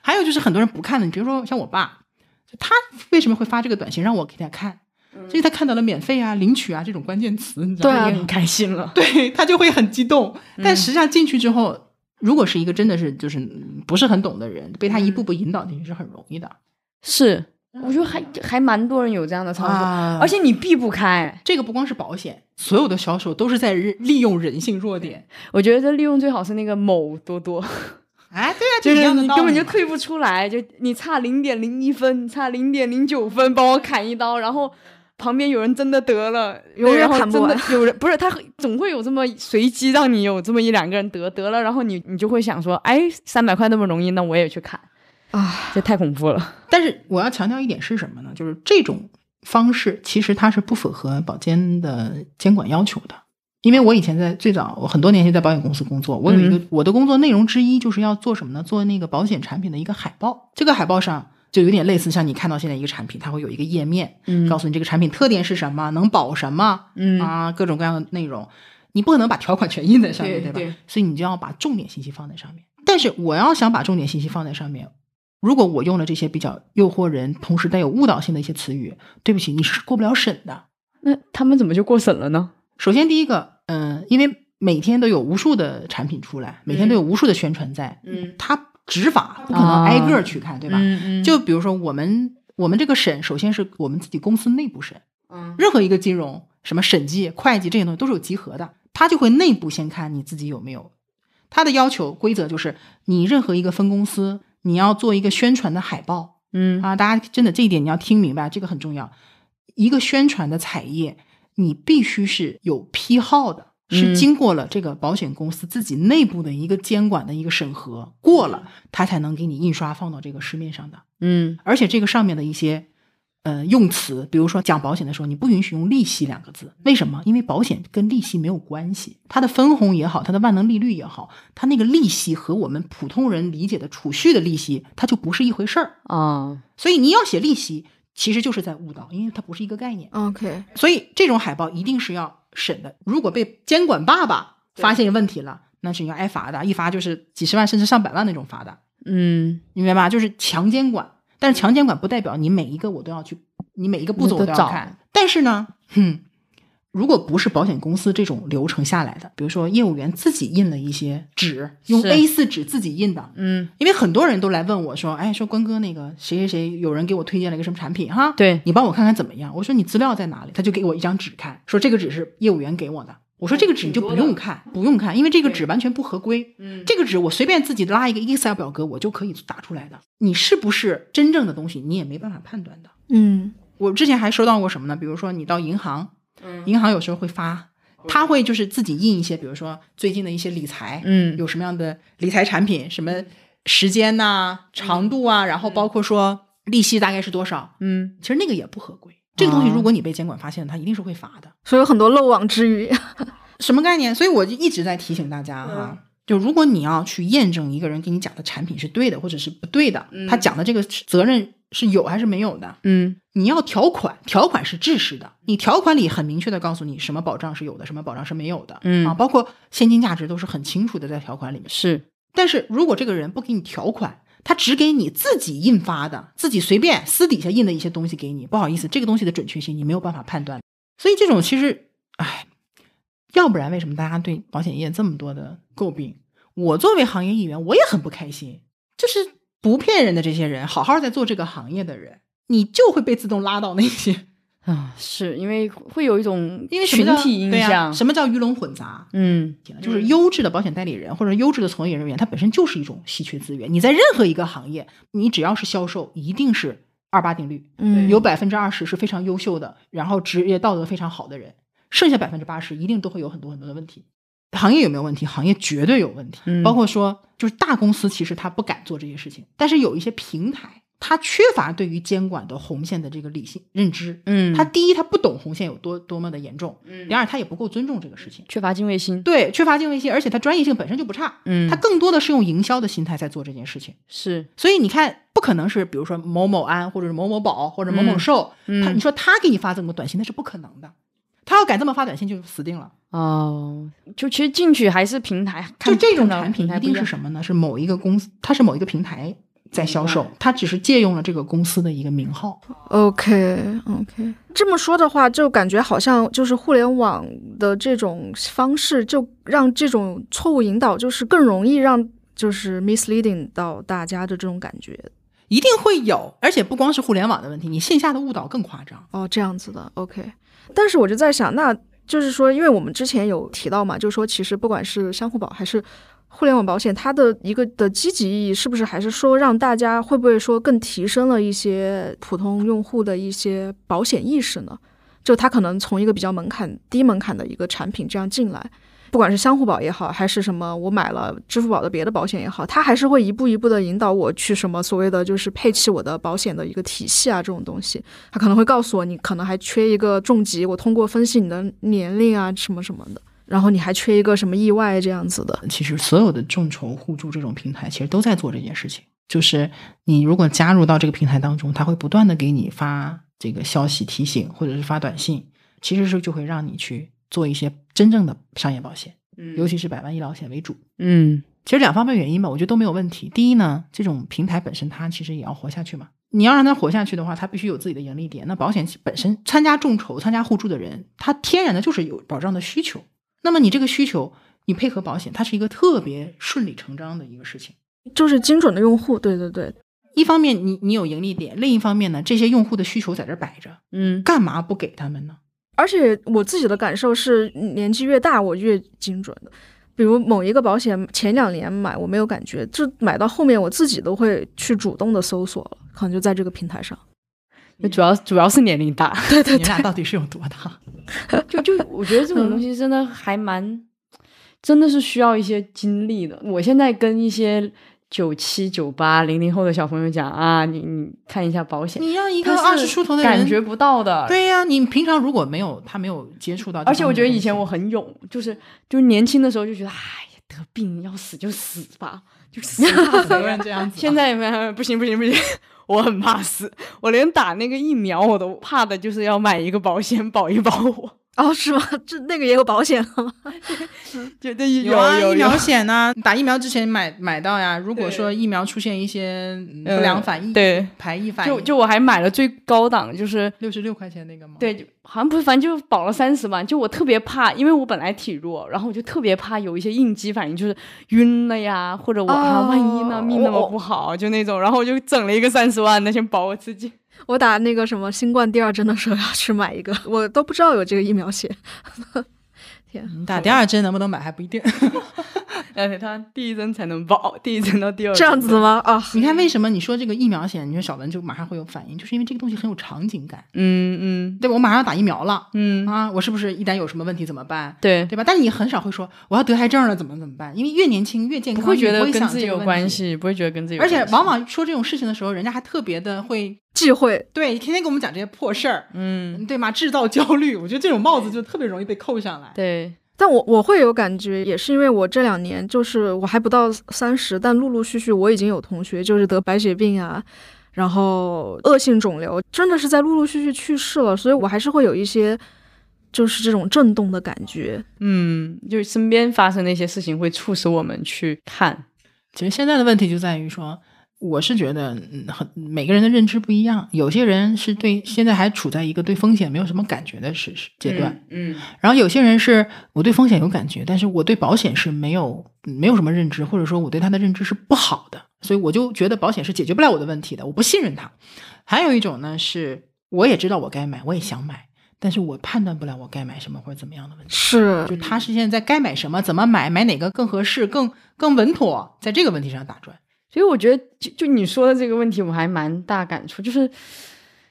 S1: 还有就是很多人不看的，你比如说像我爸，就他为什么会发这个短信让我给他看？因为他看到了免费啊、领取啊这种关键词，你知道
S3: 对
S1: 吗？
S3: 啊
S2: 嗯也很开心了。 嗯
S1: 对他就会很激动。但实际上进去之后，如果是一个真的是就是嗯不是很懂的人，被他
S2: 嗯
S1: 一步步引导进去是很容易的。
S2: 是，我觉得还还蛮多人有这样的操作，
S1: 嗯啊
S2: 而且你避不开。
S1: 这个不光是保险，所有的销售都是在人利用人性弱点。
S2: 我觉得利用最好是那个某多多，
S1: 哎，对啊，这
S2: 就
S1: 一
S2: 是
S1: 样的
S2: 你
S1: 道
S2: 根本
S1: 理
S2: 就
S1: 嘛
S2: 退不出来，就你差零点零一分，你差零点零九分，帮我砍一刀，然后。旁边有人真的得了，
S3: 永远
S2: 然后
S3: 砍不
S2: 真的
S3: 完
S2: 有人不是他总会有这么随机让你有这么一两个人得得了，然后你你就会想说，哎，三百块那么容易，那我也去砍
S3: 啊！
S2: 这太恐怖了。
S1: 但是我要强调一点是什么呢？就是这种方式其实它是不符合保监的监管要求的。因为我以前在最早，我很多年前在保险公司工作，我有一个、我的工作内容之一就是要做什么呢？做那个保险产品的一个海报。这个海报上就有点类似像你看到现在一个产品，它会有一个页面，
S2: 嗯
S1: 告诉你这个产品特点是什么，能保什么，
S2: 嗯
S1: 啊，各种各样的内容。你不可能把条款全印在上面，
S2: 对
S1: 吧？
S2: 对
S1: 所以你就要把重点信息放在上面。但是我要想把重点信息放在上面，如果我用了这些比较诱惑人，同时带有误导性的一些词语，对不起，你是过不了审的。
S2: 那他们怎么就过审了呢？
S1: 首先第一个，嗯、因为每天都有无数的产品出来，每天都有无数的宣传在，
S2: 嗯啊
S1: 它执法不可能挨个儿去看，对吧？
S2: 嗯
S1: 就比如说我们我们这个审，首先是我们自己公司内部审，
S2: 嗯
S1: 任何一个金融什么审计、会计这些东西都是有集合的，它就会内部先看你自己有没有。它的要求规则就是，你任何一个分公司，你要做一个宣传的海报，
S2: 嗯
S1: 啊，大家真的这一点你要听明白，这个很重要。一个宣传的产业，你必须是有批号的，
S2: 嗯
S1: 是经过了这个保险公司自己内部的一个监管的一个审核，过了，它才能给你印刷放到这个市面上的。
S2: 嗯
S1: 而且这个上面的一些。呃，用词，比如说讲保险的时候，你不允许用利息两个字，为什么？因为保险跟利息没有关系，它的分红也好，它的万能利率也好，它那个利息和我们普通人理解的储蓄的利息，它就不是一回事儿。
S2: 啊
S1: 所以你要写利息，其实就是在误导，因为它不是一个概念。
S3: OK，
S1: 所以这种海报一定是要审的。如果被监管爸爸发现问题了，那是要挨罚的，一罚就是几十万甚至上百万那种罚的，
S2: 嗯，
S1: 你明白吧？就是强监管。但是强监管不代表你每一个我都要去，你每一个步骤我都
S2: 你都
S1: 要
S2: 找
S1: 看。但是呢，哼，如果不是保险公司这种流程下来的，比如说业务员自己印了一些纸，用
S2: 是
S1: A 4纸自己印的，
S2: 嗯
S1: 因为很多人都来问我说：“哎，说关哥那个谁谁谁，有人给我推荐了一个什么产品哈？
S2: 对
S1: 你帮我看看怎么样？”我说：“你资料在哪里？”他就给我一张纸看，说这个纸是业务员给我的。我说：“这个纸你就不用看，不用看，因为这个纸完全不合规。
S2: 嗯
S1: 这个纸我随便自己拉一个 Excel 表格，我就可以打出来的。你是不是真正的东西，你也没办法判断的。
S3: 嗯，
S1: 我之前还收到过什么呢？比如说你到银行，
S2: 嗯
S1: 银行有时候会发，他会就是自己印一些，比如说最近的一些理财，
S2: 嗯
S1: 有什么样的理财产品，什么时间呐、长度啊，然后包括说利息大概是多少，
S2: 嗯，
S1: 其实那个也不合规。这个东西
S2: 哦
S1: 如果你被监管发现了，它一定是会罚的。
S3: 所以有很多漏网之鱼。
S1: 什么概念？所以我就一直在提醒大
S2: 嗯
S1: 家哈。就如果你要去验证一个人给你讲的产品是对的或者是不对的，
S2: 嗯
S1: 他讲的这个责任是有还是没有的，
S2: 嗯
S1: 你要条款，条款是制式的，你条款里很明确的告诉你什么保障是有的，什么保障是没有的，
S2: 嗯
S1: 啊，包括现金价值都是很清楚的在条款里面。
S2: 是
S1: 但是如果这个人不给你条款，他只给你自己印发的、自己随便私底下印的一些东西给你，不好意思，这个东西的准确性你没有办法判断。所以这种其实，唉，要不然为什么大家对保险业这么多的诟病？我作为行业一员，我也很不开心。就是不骗人的这些人，好好在做这个行业的人，你就会被自动拉到那些，
S2: 啊，是因为会有一种
S1: 因为什么
S2: 群
S1: 叫
S2: 体印
S1: 对呀
S2: 象，
S1: 什么叫鱼龙混杂？
S2: 嗯
S1: 就是优质的保险代理人或者优质的从业人员，他本身就是一种稀缺资源。你在任何一个行业，你只要是销售，一定是二八定律，
S3: 嗯，
S1: 有百分之二十是非常优秀的，然后职业道德非常好的人，剩下百分之八十一定都会有很多很多的问题。行业有没有问题？行业绝对有问题。
S2: 嗯
S1: 包括说，就是大公司其实它不敢做这些事情，但是有一些平台，它缺乏对于监管的红线的这个理性认知。
S2: 嗯，
S1: 它第一，它不懂红线有多多么的严重；第
S2: 嗯
S1: 二，它也不够尊重这个事情。
S2: 缺乏敬畏心，
S1: 对，缺乏敬畏心，而且他专业性本身就不差，
S2: 嗯
S1: 他更多的是用营销的心态在做这件事情。
S2: 是
S1: 所以你看，不可能是比如说某某安或者是某某宝或者某某寿，
S2: 嗯
S1: 他你说他给你发这么个短信，那是不可能的。他要敢这么发短信，就死定了。
S2: 哦，就其实进去还是平台，
S1: 就
S2: 看
S1: 这种
S2: 看到
S1: 产品
S2: 平台
S1: 一
S2: 不一
S1: 定是
S2: 样
S1: 什么呢？是某一个公司，它是某一个平台在销售
S2: 明白，
S1: 它只是借用了这个公司的一个名号。
S3: OK OK，这么说的话，就感觉好像就是互联网的这种方式，就让这种错误引导，就是更容易让就是 misleading 到大家的这种感觉。
S1: 一定会有，而且不光是互联网的问题，你线下的误导更夸张。
S3: 哦，这样子的，OK。但是我就在想，那就是说，因为我们之前有提到嘛，就是说，其实不管是相互保还是互联网保险，它的一个的积极意义，是不是还是说让大家会不会说更提升了一些普通用户的一些保险意识呢？就他可能从一个比较门槛低门槛的一个产品这样进来，不管是相互保也好，还是什么我买了支付宝的别的保险也好，它还是会一步一步的引导我去什么所谓的就是配齐我的保险的一个体系啊这种东西。他可能会告诉我，你可能还缺一个重疾，我通过分析你的年龄啊什么什么的。然后你还缺一个什么意外这样子的，
S1: 其实所有的众筹互助这种平台，其实都在做这件事情。就是你如果加入到这个平台当中，它会不断的给你发这个消息提醒，或者是发短信，其实是就会让你去做一些真正的商业保险，尤其是百万医疗险为主。
S2: 嗯
S1: 其实两方面原因吧，我觉得都没有问题。第一呢，这种平台本身它其实也要活下去嘛。你要让它活下去的话，它必须有自己的盈利点。那保险本身参加众筹、参加互助的人，他天然的就是有保障的需求。那么你这个需求，你配合保险，它是一个特别顺理成章的一个事情。
S3: 就是精准的用户。对对对，
S1: 一方面你你有盈利点，另一方面呢，这些用户的需求在这儿摆着，
S2: 嗯
S1: 干嘛不给他们呢？
S3: 而且我自己的感受是，年纪越大我越精准的。比如某一个保险，前两年买我没有感觉，就买到后面我自己都会去主动的搜索了，可能就在这个平台上。
S2: 嗯，主要主要是年 龄大，
S1: 你们俩到底是有多大？
S2: 就就我觉得这种东西真的还蛮，真的是需要一些经历的。我现在跟一些九七、九八、零零后的小朋友讲啊，你 你看一下保险，
S1: 你让一
S2: 一
S1: 个二十出头的人
S2: 感觉不到的。，
S1: 对呀、你平常如果没有他没有接触到这方面的东
S2: 而
S1: 西，
S2: 且我觉得以前我很勇，就是就是年轻的时候就觉得，哎呀，得病要死就死吧，就死吧
S1: 没人这样子啊
S2: 现在没不行不行不行，我很怕死，我连打那个疫苗我都怕的，就是要买一个保险保一保我。
S3: 哦，是吗？这那个也有保险 了吗？
S2: 就这有
S1: 啊，
S2: 有
S1: 疫苗险呐、打疫苗之前买买到呀。如果说疫苗出现一些嗯
S2: 呃
S1: 不良反应，
S2: 对，
S1: 排异反应，
S2: 就就我还买了最高档，就是
S1: 六十六块钱那个吗？，
S2: 对，就好像不是，反正就保了三十万。就我特别怕，因为我本来体弱，然后我就特别怕有一些应激反应，就是晕了呀，或者我啊、万一呢
S3: 哦
S2: 命那么
S3: 我
S2: 不好，就那种。然后我就整了一个三十万的，先保我自己。
S3: 我打那个什么新冠第二针的时候要去买一个，我都不知道有这个疫苗险。
S1: 你嗯打第二针能不能买还不一 定。
S2: 而且他第一针才能保，第一针到第二
S3: 这样
S2: 针
S3: 子的吗？啊，
S1: 你看为什么你说这个疫苗险，你说小文就马上会有反应，就是因为这个东西很有场景感。
S2: 嗯嗯
S1: 对吧，我马上要打疫苗了
S2: 嗯，
S1: 啊，我是不是一旦有什么问题怎么办？
S2: 对，
S1: 对吧？但是你很少会说我要得癌症了怎么怎么办，因为越年轻越健
S2: 不
S1: 康，
S2: 会觉
S1: 你
S2: 得
S1: 不
S2: 跟
S1: 想
S2: 自己
S1: 这个
S2: 有
S1: 问
S2: 关
S1: 题。
S2: 系，不会觉得跟自己有
S1: 而
S2: 关系，
S1: 且往往说这种事情的时候，人家还特别的会
S3: 忌讳
S1: 对天天给我们讲这些破事儿，
S2: 嗯
S1: 对吗？制造焦虑，我觉得这种帽子就特别容易被扣上来。
S2: 对
S3: 但我我会有感觉，也是因为我这两年就是我还不到三十，但陆陆续续我已经有同学就是得白血病啊，然后恶性肿瘤，真的是在陆陆续续去世了，所以我还是会有一些就是这种震动的感觉。
S2: 嗯，就是身边发生的一些事情会促使我们去看。
S1: 其实现在的问题就在于说，我是觉得嗯很每个人的认知不一样，有些人是对现在还处在一个对风险没有什么感觉的时时阶段，
S2: 嗯，嗯，
S1: 然后有些人是我对风险有感觉，但是我对保险是没有没有什么认知，或者说我对它的认知是不好的，所以我就觉得保险是解决不了我的问题的，我不信任它。还有一种呢是，我也知道我该买，我也想买，但是我判断不了我该买什么或者怎么样的问题。
S3: 是
S1: 就
S2: 嗯
S1: 他是现在该买什么，怎么买，买哪个更合适、更更稳妥，在这个问题上打转。
S2: 所以我觉得就就你说的这个问题，我还蛮大感触，就是。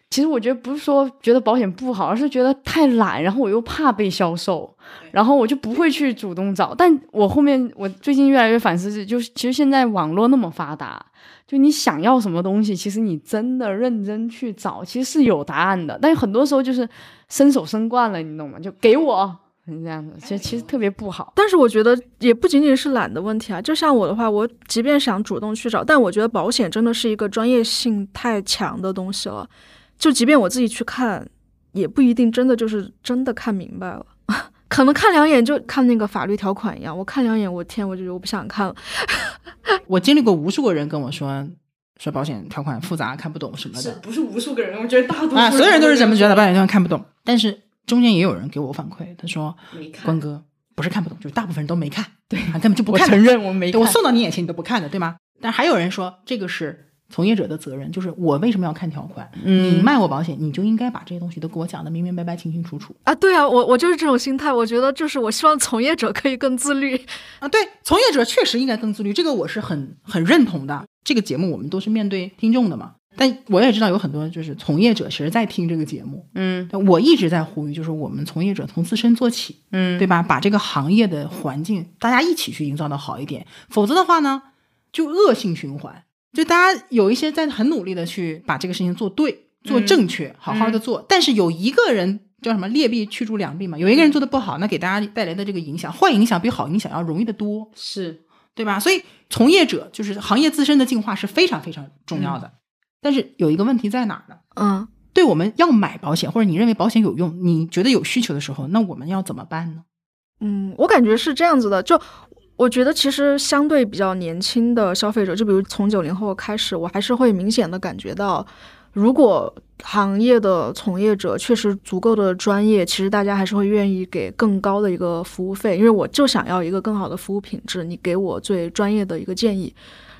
S2: 其实我觉得不是说觉得保险不好，而是觉得太懒，然后我又怕被销售，然后我就不会去主动找。但我后面我最近越来越反思是，就是其实现在网络那么发达，就你想要什么东西，其实你真的认真去找，其实是有答案的。但很多时候就是伸手伸惯了，你懂吗？就给我这样子，其实其实特别不好。
S3: 但是我觉得也不仅仅是懒的问题啊，就像我的话，我即便想主动去找，但我觉得保险真的是一个专业性太强的东西了，就即便我自己去看，也不一定真的就是真的看明白了。 可能看两眼就看那个法律条款一样，我看两眼，我天，我就觉得我不想看了。
S1: 我经历过无数个人跟我说，说保险条款复杂看不懂什么的
S2: 不是无数个人？我觉得大多
S1: 啊，所有人都是这么觉得，保
S2: 吧？
S1: 险条款看不懂。但是中间也有人给我反馈，他说
S2: 没看
S1: 关哥不是看不懂，就是大部分人都没看，对，根本就不
S2: 我
S1: 看的。
S2: 承认我没
S1: 对
S2: 看。
S1: 我送到你眼前你都不看的，对吗？但还有人说这个是从业者的责任，就是我为什么要看条款？
S2: 嗯
S1: 你卖我保险，你就应该把这些东西都给我讲的明明白白、清清楚楚。
S3: 啊，对啊，我我就是这种心态，我觉得就是我希望从业者可以更自律。
S1: 啊，对，从业者确实应该更自律，这个我是很很认同的。这个节目我们都是面对听众的嘛，但我也知道有很多就是从业者其实在听这个节目。
S2: 嗯
S1: 但我一直在呼吁，就是我们从业者从自身做起，
S2: 嗯，
S1: 对吧？把这个行业的环境大家一起去营造的好一点，否则的话呢，就恶性循环。就大家有一些在很努力的去把这个事情做对、做正确，好好的做，但是有一个人叫什么劣币驱逐良币嘛。有一个人做的不好，那给大家带来的这个影响，坏影响比好影响要容易得多，
S2: 是
S1: 对吧？所以从业者就是行业自身的进化是非常非常重要的。但是有一个问题在哪儿呢？
S3: 嗯，
S1: 对我们要买保险，或者你认为保险有用，你觉得有需求的时候，那我们要怎么办呢？
S3: 嗯，我感觉是这样子的，就我觉得其实相对比较年轻的消费者，就比如从九零后开始，我还是会明显的感觉到，如果行业的从业者确实足够的专业，其实大家还是会愿意给更高的一个服务费，因为我就想要一个更好的服务品质，你给我最专业的一个建议。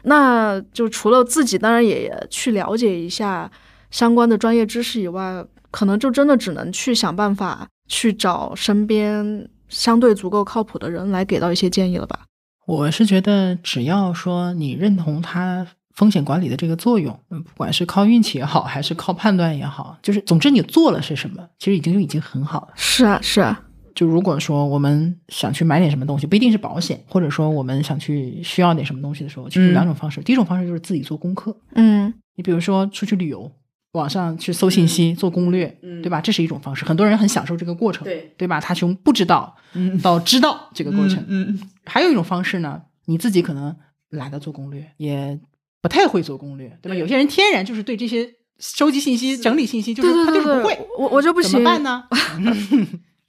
S3: 那就除了自己，当然也去了解一下相关的专业知识以外，可能就真的只能去想办法去找身边相对足够靠谱的人来给到一些建议了吧。
S1: 我是觉得，只要说你认同它风险管理的这个作用，嗯，不管是靠运气也好，还是靠判断也好，就是总之你做了是什么，其实已经就已经很好了。
S3: 是啊，是啊，
S1: 就如果说我们想去买点什么东西，不一定是保险，或者说我们想去需要点什么东西的时候，其实有两种方式。第一种方式就是自己做功课，
S3: 嗯
S1: 你比如说出去旅游，网上去搜信息、做攻略，
S2: 嗯
S1: 对吧？这是一种方式，很多人很享受这个过程，
S2: 对
S1: 对吧？他从不知道
S2: 嗯
S1: 到知道这个过程。
S2: 嗯
S1: 还有一种方式呢，你自己可能懒得做攻略，也不太会做攻略，对吧？
S2: 对
S1: 有些人天然就是对这些收集信息、整理信息，就是
S3: 对
S1: 他
S3: 对
S1: 就
S3: 对
S1: 是不会
S3: 对，，我我就不
S1: 怎
S3: 行
S1: 么。办 呢？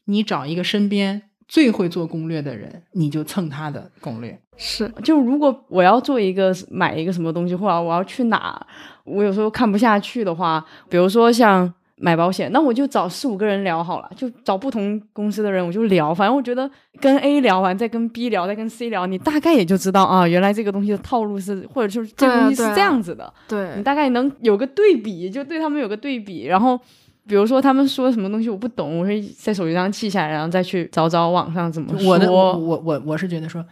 S1: 你找一个身边最会做攻略的人，你就蹭他的攻略。
S3: 是，
S2: 就如果我要做一个买一个什么东西，或者我要去哪，我有时候看不下去的话，比如说像买保险，那我就找四五个人聊好了，就找不同公司的人，我就聊。反正我觉得跟 A 聊完，再跟 B 聊，再跟 C 聊，你大概也就知道啊，原来这个东西的套路是，或者就是这个
S3: 对啊
S2: 东西是
S3: 对啊
S2: 这样子的。你
S3: 对，
S2: 大概能有个对比，就对他们有个对比，然后。比如说他们说什么东西我不懂，我会在手机上记下来，然后再去找找网上怎么说。
S1: 我的我我我我是觉得说，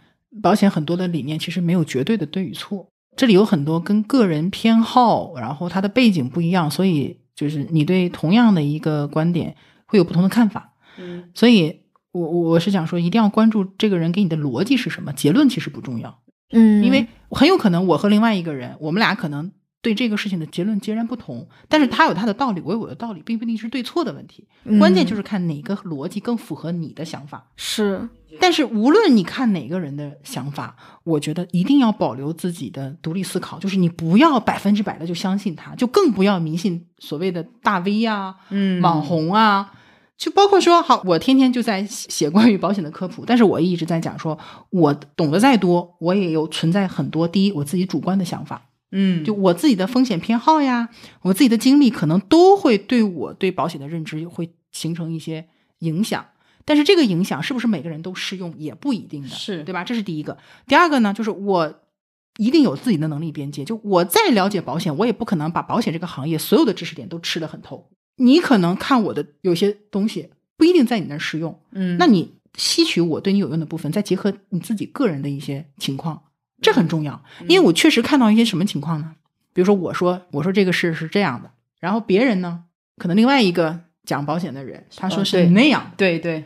S1: 保险很多的理念其实没有绝对的对与错，这里有很多跟个人偏好，然后他的背景不一样，所以就是你对同样的一个观点会有不同的看法。
S2: 嗯
S1: 所以我我我是想说，一定要关注这个人给你的逻辑是什么，结论其实不重要，
S3: 嗯，
S1: 因为很有可能我和另外一个人，我们俩可能。对这个事情的结论截然不同，但是他有他的道理，我有我的道理，并不一定是对错的问题。关键就是是看哪个逻辑更符合你的想法。
S3: 是，
S1: 但是无论你看哪个人的想法，我觉得一定要保留自己的独立思考，就是你不要百分之百的就相信他，就更不要迷信所谓的大 V 啊、
S2: 嗯
S1: 网红啊。就包括说，好，我天天就在写写关于保险的科普，但是我一直在讲说，我懂得再多，我也有存在很多第一我自己主观的想法，
S2: 嗯
S1: 就我自己的风险偏好呀，我自己的经历可能都会对我对保险的认知会形成一些影响。但是这个影响是不是每个人都适用也不一定的，
S2: 是
S1: 对吧？这是第一个。第二个呢，就是我一定有自己的能力边界，就我再了解保险，我也不可能把保险这个行业所有的知识点都吃得很透。你可能看我的有些东西不一定在你那儿适用，
S2: 嗯
S1: 那你吸取我对你有用的部分，再结合你自己个人的一些情况，这很重要。因为我确实看到一些什么情况呢？比如说，我说我说这个事是这样的，然后别人呢，可能另外一个讲保险的人，他说是
S2: 对
S1: 那样的，
S2: 对对，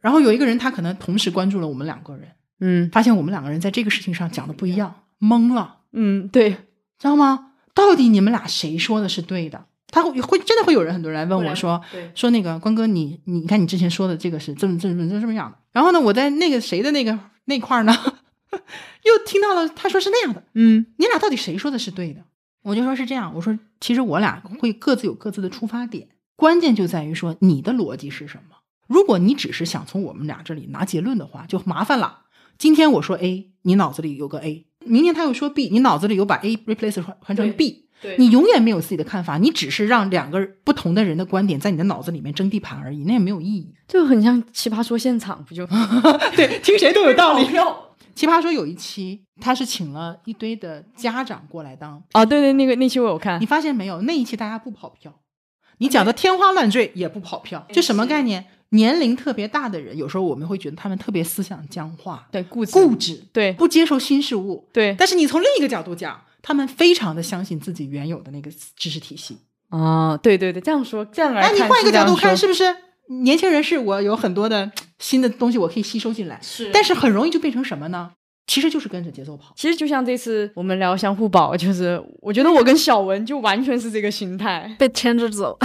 S1: 然后有一个人他可能同时关注了我们两个人，
S2: 嗯
S1: 发现我们两个人在这个事情上讲的不一样，懵了，
S2: 嗯对，
S1: 知道吗？到底你们俩谁说的是对的？他会会真的会有人很多人来问
S2: 啊
S1: 我说，
S2: 对，
S1: 说那个关哥你，你你看你之前说的这个是这么这么这么这么样的，然后呢，我在那个谁的那个那块儿呢， 又听到了他说是那样的，
S2: 嗯
S1: 你俩到底谁说的是对的？我就说是这样，我说其实我俩会各自有各自的出发点，关键就在于说你的逻辑是什么。如果你只是想从我们俩这里拿结论的话，就麻烦了。今天我说 A，你脑子里有个 A，明天他又说 B，你脑子里又把 A replace 换换成
S2: 对
S1: B，
S2: 对
S1: 你永远没有自己的看法，你只是让两个不同的人的观点在你的脑子里面争地盘而已，那也没有意义。
S2: 就很像《奇葩说》现场， 不就
S1: 对，听谁都有道
S2: 投票
S1: 奇葩说有一期，他是请了一堆的家长过来当
S2: 啊？对对，那个那期我有看
S1: 你，发现没有？那一期大家不跑票，你讲的天花乱坠也不跑票，就什么概念？年龄特别大的人，有时候我们会觉得他们特别思想僵化、
S2: 对固执，
S1: 固执，
S2: 对
S1: 不接受新事物。
S2: 对
S1: 但是你从另一个角度讲，他们非常的相信自己原有的那个知识体系。
S2: 啊，对对对，这样说，这样来
S1: 哎，
S2: 看，
S1: 你换一个角度看，
S2: 是
S1: 是不是？年轻人是我有很多的新的东西我可以吸收进来，
S2: 是
S1: 但是很容易就变成什么呢？其实就是跟着节奏跑。
S2: 其实就像这次我们聊相互宝，就是我觉得我跟小文就完全是这个心态。
S1: 嗯
S3: 被牵着走。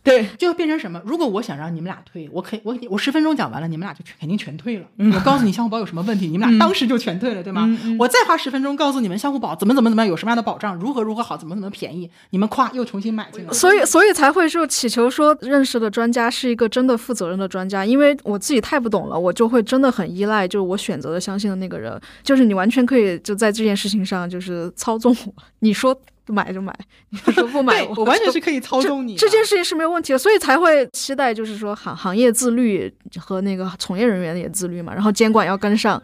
S3: 对，
S1: 就变成什么？如果我想让你们俩退，我可以，我我十分钟讲完了，你们俩就全肯定全退了。
S3: 嗯
S1: 我告诉你，相互保有什么问题，你们俩当时就全退了，对吗？
S2: 嗯
S1: 嗯我再花十分钟告诉你们，相互保怎么怎么怎么样，有什么样的保障，如何如何好，怎么怎么便宜，你们夸又重新买进来。
S3: 所以所以才会就祈求说认识的专家是一个真的负责任的专家，因为我自己太不懂了，我就会真的很依赖，就是我选择的相信的那个人，就是你完全可以就在这件事情上就是操纵我，你说买就买，你说不买
S1: 对，我完全
S3: 就是
S1: 可以操纵你的
S3: 这这件事情是没有问题的，所以才会期待，就是说行行业自律和那个从业人员也自律嘛，然后监管要跟上。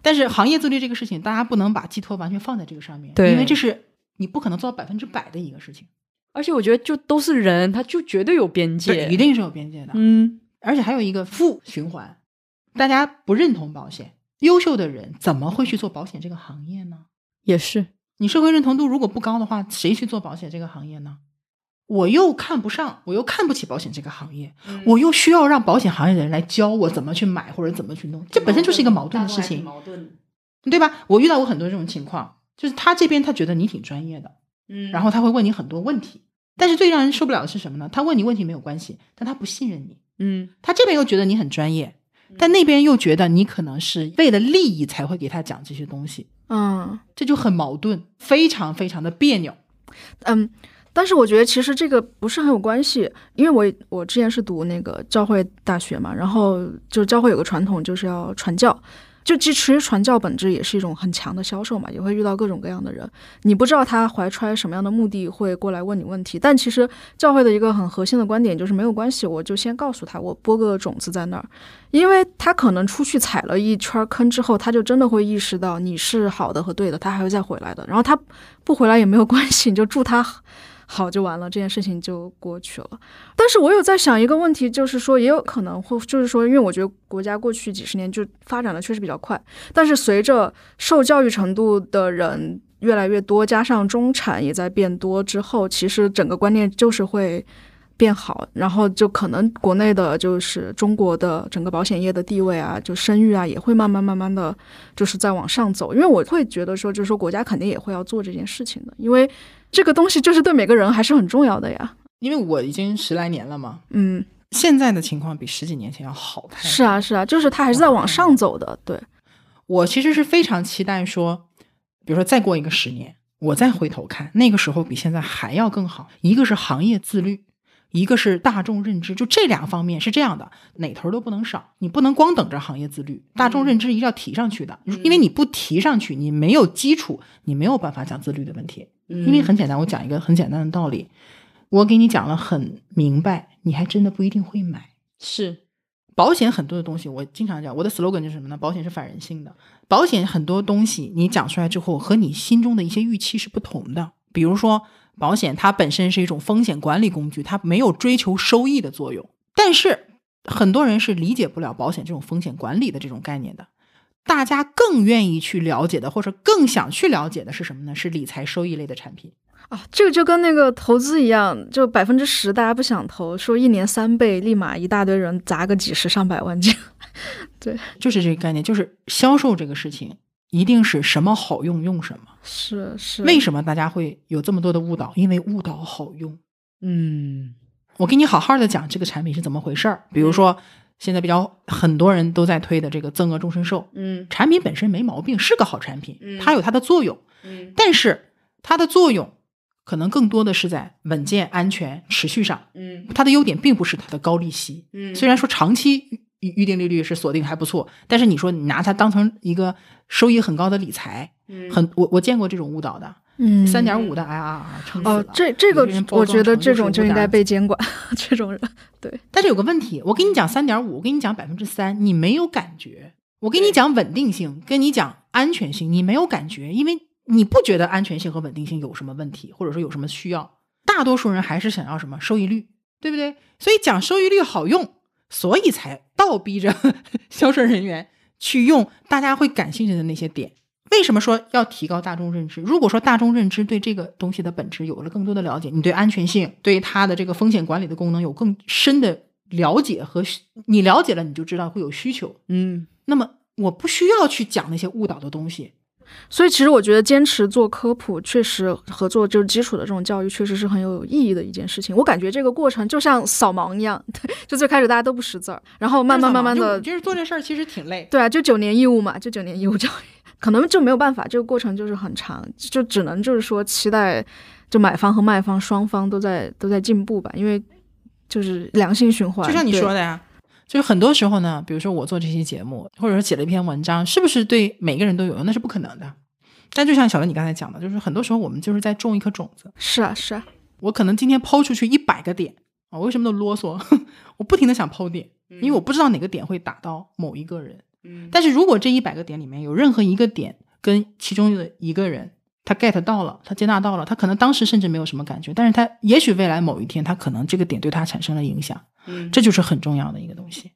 S1: 但是行业自律这个事情，大家不能把寄托完全放在这个上面，
S2: 对
S1: 因为这是你不可能做到百分之百的一个事情，
S2: 而且我觉得就都是人，他就绝对有边界
S1: 一。定是有边界的。
S2: 嗯，
S1: 而且还有一个负循环，大家不认同保险，优秀的人怎么会去做保险这个行业呢？
S2: 也是。
S1: 你社会认同度如果不高的话，谁去做保险这个行业呢？我又看不上，我又看不起保险这个行业，
S2: 嗯
S1: 我又需要让保险行业的人来教我怎么去买或者怎么去弄，这本身就是一个矛盾的事情，
S2: 矛盾。
S1: 对吧？我遇到过很多这种情况，就是他这边他觉得你挺专业的，
S2: 嗯
S1: 然后他会问你很多问题，但是最让人受不了的是什么呢？他问你问题没有关系，但他不信任你，
S2: 嗯，
S1: 他这边又觉得你很专业，
S3: 嗯
S1: 但那边又觉得你可能是为了利益才会给他讲这些东西，
S3: 嗯
S1: 这就很矛盾，非常非常的别扭。
S3: 嗯，但是我觉得其实这个不是很有关系，因为我我之前是读那个教会大学嘛，然后就是教会有个传统就是要传教。就其实传教本质也是一种很强的销售嘛，也会遇到各种各样的人，你不知道他怀揣什么样的目的会过来问你问题。但其实教会的一个很核心的观点就是没有关系，我就先告诉他，我播个种子在那儿，因为他可能出去踩了一圈坑之后，他就真的会意识到你是好的和对的，他还会再回来的。然后他不回来也没有关系，你就祝他好 就完了，这件事情就过去了。但是我有在想一个问题，就是说也有可能会，就是说，因为我觉得国家过去几十年就发展的确实比较快，但是随着受教育程度的人。越来越多，加上中产也在变多之后，其实整个观念就是会变好，然后就可能国内的就是中国的整个保险业的地位啊，就声誉啊，也会慢慢慢慢的就是在往上走。因为我会觉得说，就是说国家肯定也会要做这件事情的，因为这个东西就是对每个人还是很重要的呀。
S1: 因为我已经十来年了嘛，
S3: 嗯，
S1: 现在的情况比十几年前要好太多。
S3: 是啊，是啊，就是它还是在往上走的，对，
S1: 我其实是非常期待说，比如说再过一个十年，我再回头看，那个时候比现在还要更好。一个是行业自律，一个是大众认知，就这两方面是这样的，哪头都不能少。你不能光等着行业自律，大众认知一定要提上去的，因为你不提上去，你没有基础，你没有办法讲自律的问题。
S2: 嗯
S1: 因为很简单，我讲一个很简单的道理，我给你讲了很明白，你还真的不一定会买。
S2: 是
S1: 保险很多的东西，我经常讲，我的 slogan 就是什么呢？保险是反人性的。保险很多东西你讲出来之后，和你心中的一些预期是不同的。比如说，保险它本身是一种风险管理工具，它没有追求收益的作用。但是很多人是理解不了保险这种风险管理的这种概念的。大家更愿意去了解的，或者更想去了解的是什么呢？是理财收益类的产品。
S3: 啊，这个就跟那个投资一样，就百分之十大家不想投，说一年三倍，立马一大堆人砸个几十上百万进来。
S1: 就是这个概念，就是销售这个事情，一定是什么好用用什么。
S3: 是是，
S1: 为什么大家会有这么多的误导？因为误导好用。
S2: 嗯
S1: 我给你好好的讲这个产品是怎么回事儿。比如说，现在比较很多人都在推的这个增额终身寿，
S2: 嗯
S1: 产品本身没毛病，是个好产品
S2: 嗯，
S1: 它有它的作用，
S2: 嗯
S1: 但是它的作用可能更多的是在稳健、安全、持续上。
S2: 嗯
S1: 它的优点并不是它的高利息，
S2: 嗯
S1: 虽然说长期预预定利率是锁定还不错，但是你说你拿它当成一个收益很高的理财，
S2: 然
S1: 很我我见过这种误导的，
S3: 嗯
S1: 三点五的 IRR 撑死了。
S3: 哦，这这
S1: 有
S3: 个
S1: 些人包
S3: 我
S1: 装
S3: 觉得
S1: 成
S3: 这
S1: 就是
S3: 种就
S1: 5.2
S3: 应该被监管， 这种人
S1: 但是有个问题，我跟你讲三点五，我跟你讲百分之三，你没有感觉；我跟你讲稳定性，跟你讲安全性，你没有感觉，因为你不觉得安全性和稳定性有什么问题，或者说有什么需要。大多数人还是想要什么收益率，对不对？所以讲收益率好用，所以才倒逼着 销售人员去用大家会感兴趣的那些点。为什么说要提高大众认知？如果说大众认知对这个东西的本质有了更多的了解，你对安全性、对它的这个风险管理的功能有更深的了解和需你了解了，你就知道会有需求。
S2: 嗯
S1: 那么我不需要去讲那些误导的东西，
S3: 所以其实我觉得坚持做科普，确实和做就是基础的这种教育，确实是很有意义的一件事情。我感觉这个过程就像扫盲一样， 对，就最开始大家都不识字儿，然后慢慢慢慢的，
S1: 就是做这事儿其实挺累。
S3: 对啊，就九年义务嘛，就九年义务教育，可能就没有办法，这个过程就是很长，就只能就是说期待，就买方和卖方双方都在都在进步吧，因为就是良性循环。
S1: 就像你
S3: 对
S1: 说的呀，就是很多时候呢，比如说我做这期节目，或者说写了一篇文章，是不是对每个人都有用？那是不可能的。但就像小文你刚才讲的，就是很多时候我们就是在种一颗种子。
S3: 是啊是啊，
S1: 我可能今天抛出去一百个点啊，我为什么都啰嗦？ 我不停的想抛点，因为我不知道哪个点会打到某一个人。
S2: 嗯
S1: 但是如果这一百个点里面有任何一个点跟其中的一个人他 get 到了，他接纳到了，他可能当时甚至没有什么感觉，但是他也许未来某一天，他可能这个点对他产生了影响，
S2: 嗯
S1: 这就是很重要的一个东西。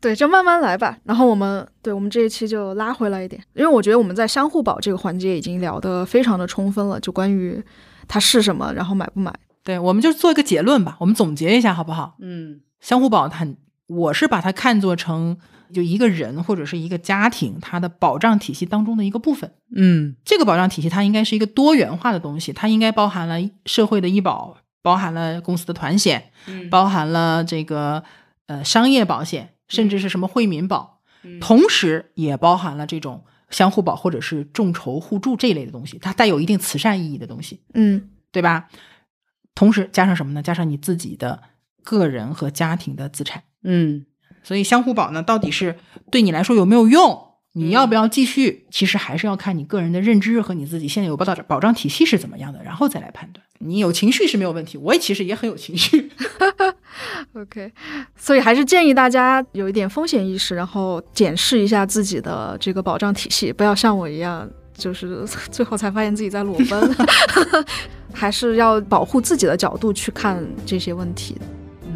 S3: 对，就慢慢来吧。然后我们对我们这一期就拉回来一点，因为我觉得我们在相互保这个环节已经聊得非常的充分了，就关于它是什么，然后买不买。
S1: 对，我们就做一个结论吧，我们总结一下好不好？
S2: 嗯，
S1: 相互保它，我是把它看作成就一个人或者是一个家庭它的保障体系当中的一个部分。
S2: 嗯，
S1: 这个保障体系它应该是一个多元化的东西，它应该包含了社会的医保，包含了公司的团险，包含了这个呃商业保险，甚至是什么惠民保，
S2: 嗯
S1: 同时也包含了这种相互保或者是众筹互助这一类的东西，它带有一定慈善意义的东西，
S3: 嗯，
S1: 对吧？同时加上什么呢？加上你自己的个人和家庭的资产。
S2: 嗯，
S1: 所以相互保呢，到底是对你来说有没有用？你要不要继续？其实还是要看你个人的认知和你自己现在有保障保障体系是怎么样的，然后再来判断。你有情绪是没有问题，我也其实也很有情绪。
S3: OK，所以还是建议大家有一点风险意识，然后检视一下自己的这个保障体系，不要像我一样，就是 最后才发现自己在裸奔，还是要保护自己的角度去看这些问题。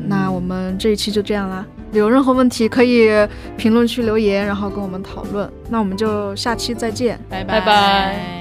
S3: 那我们这一期就这样啦，有任何问题可以评论区留言，然后跟我们讨论。那我们就下期再见。
S1: 拜
S2: 拜拜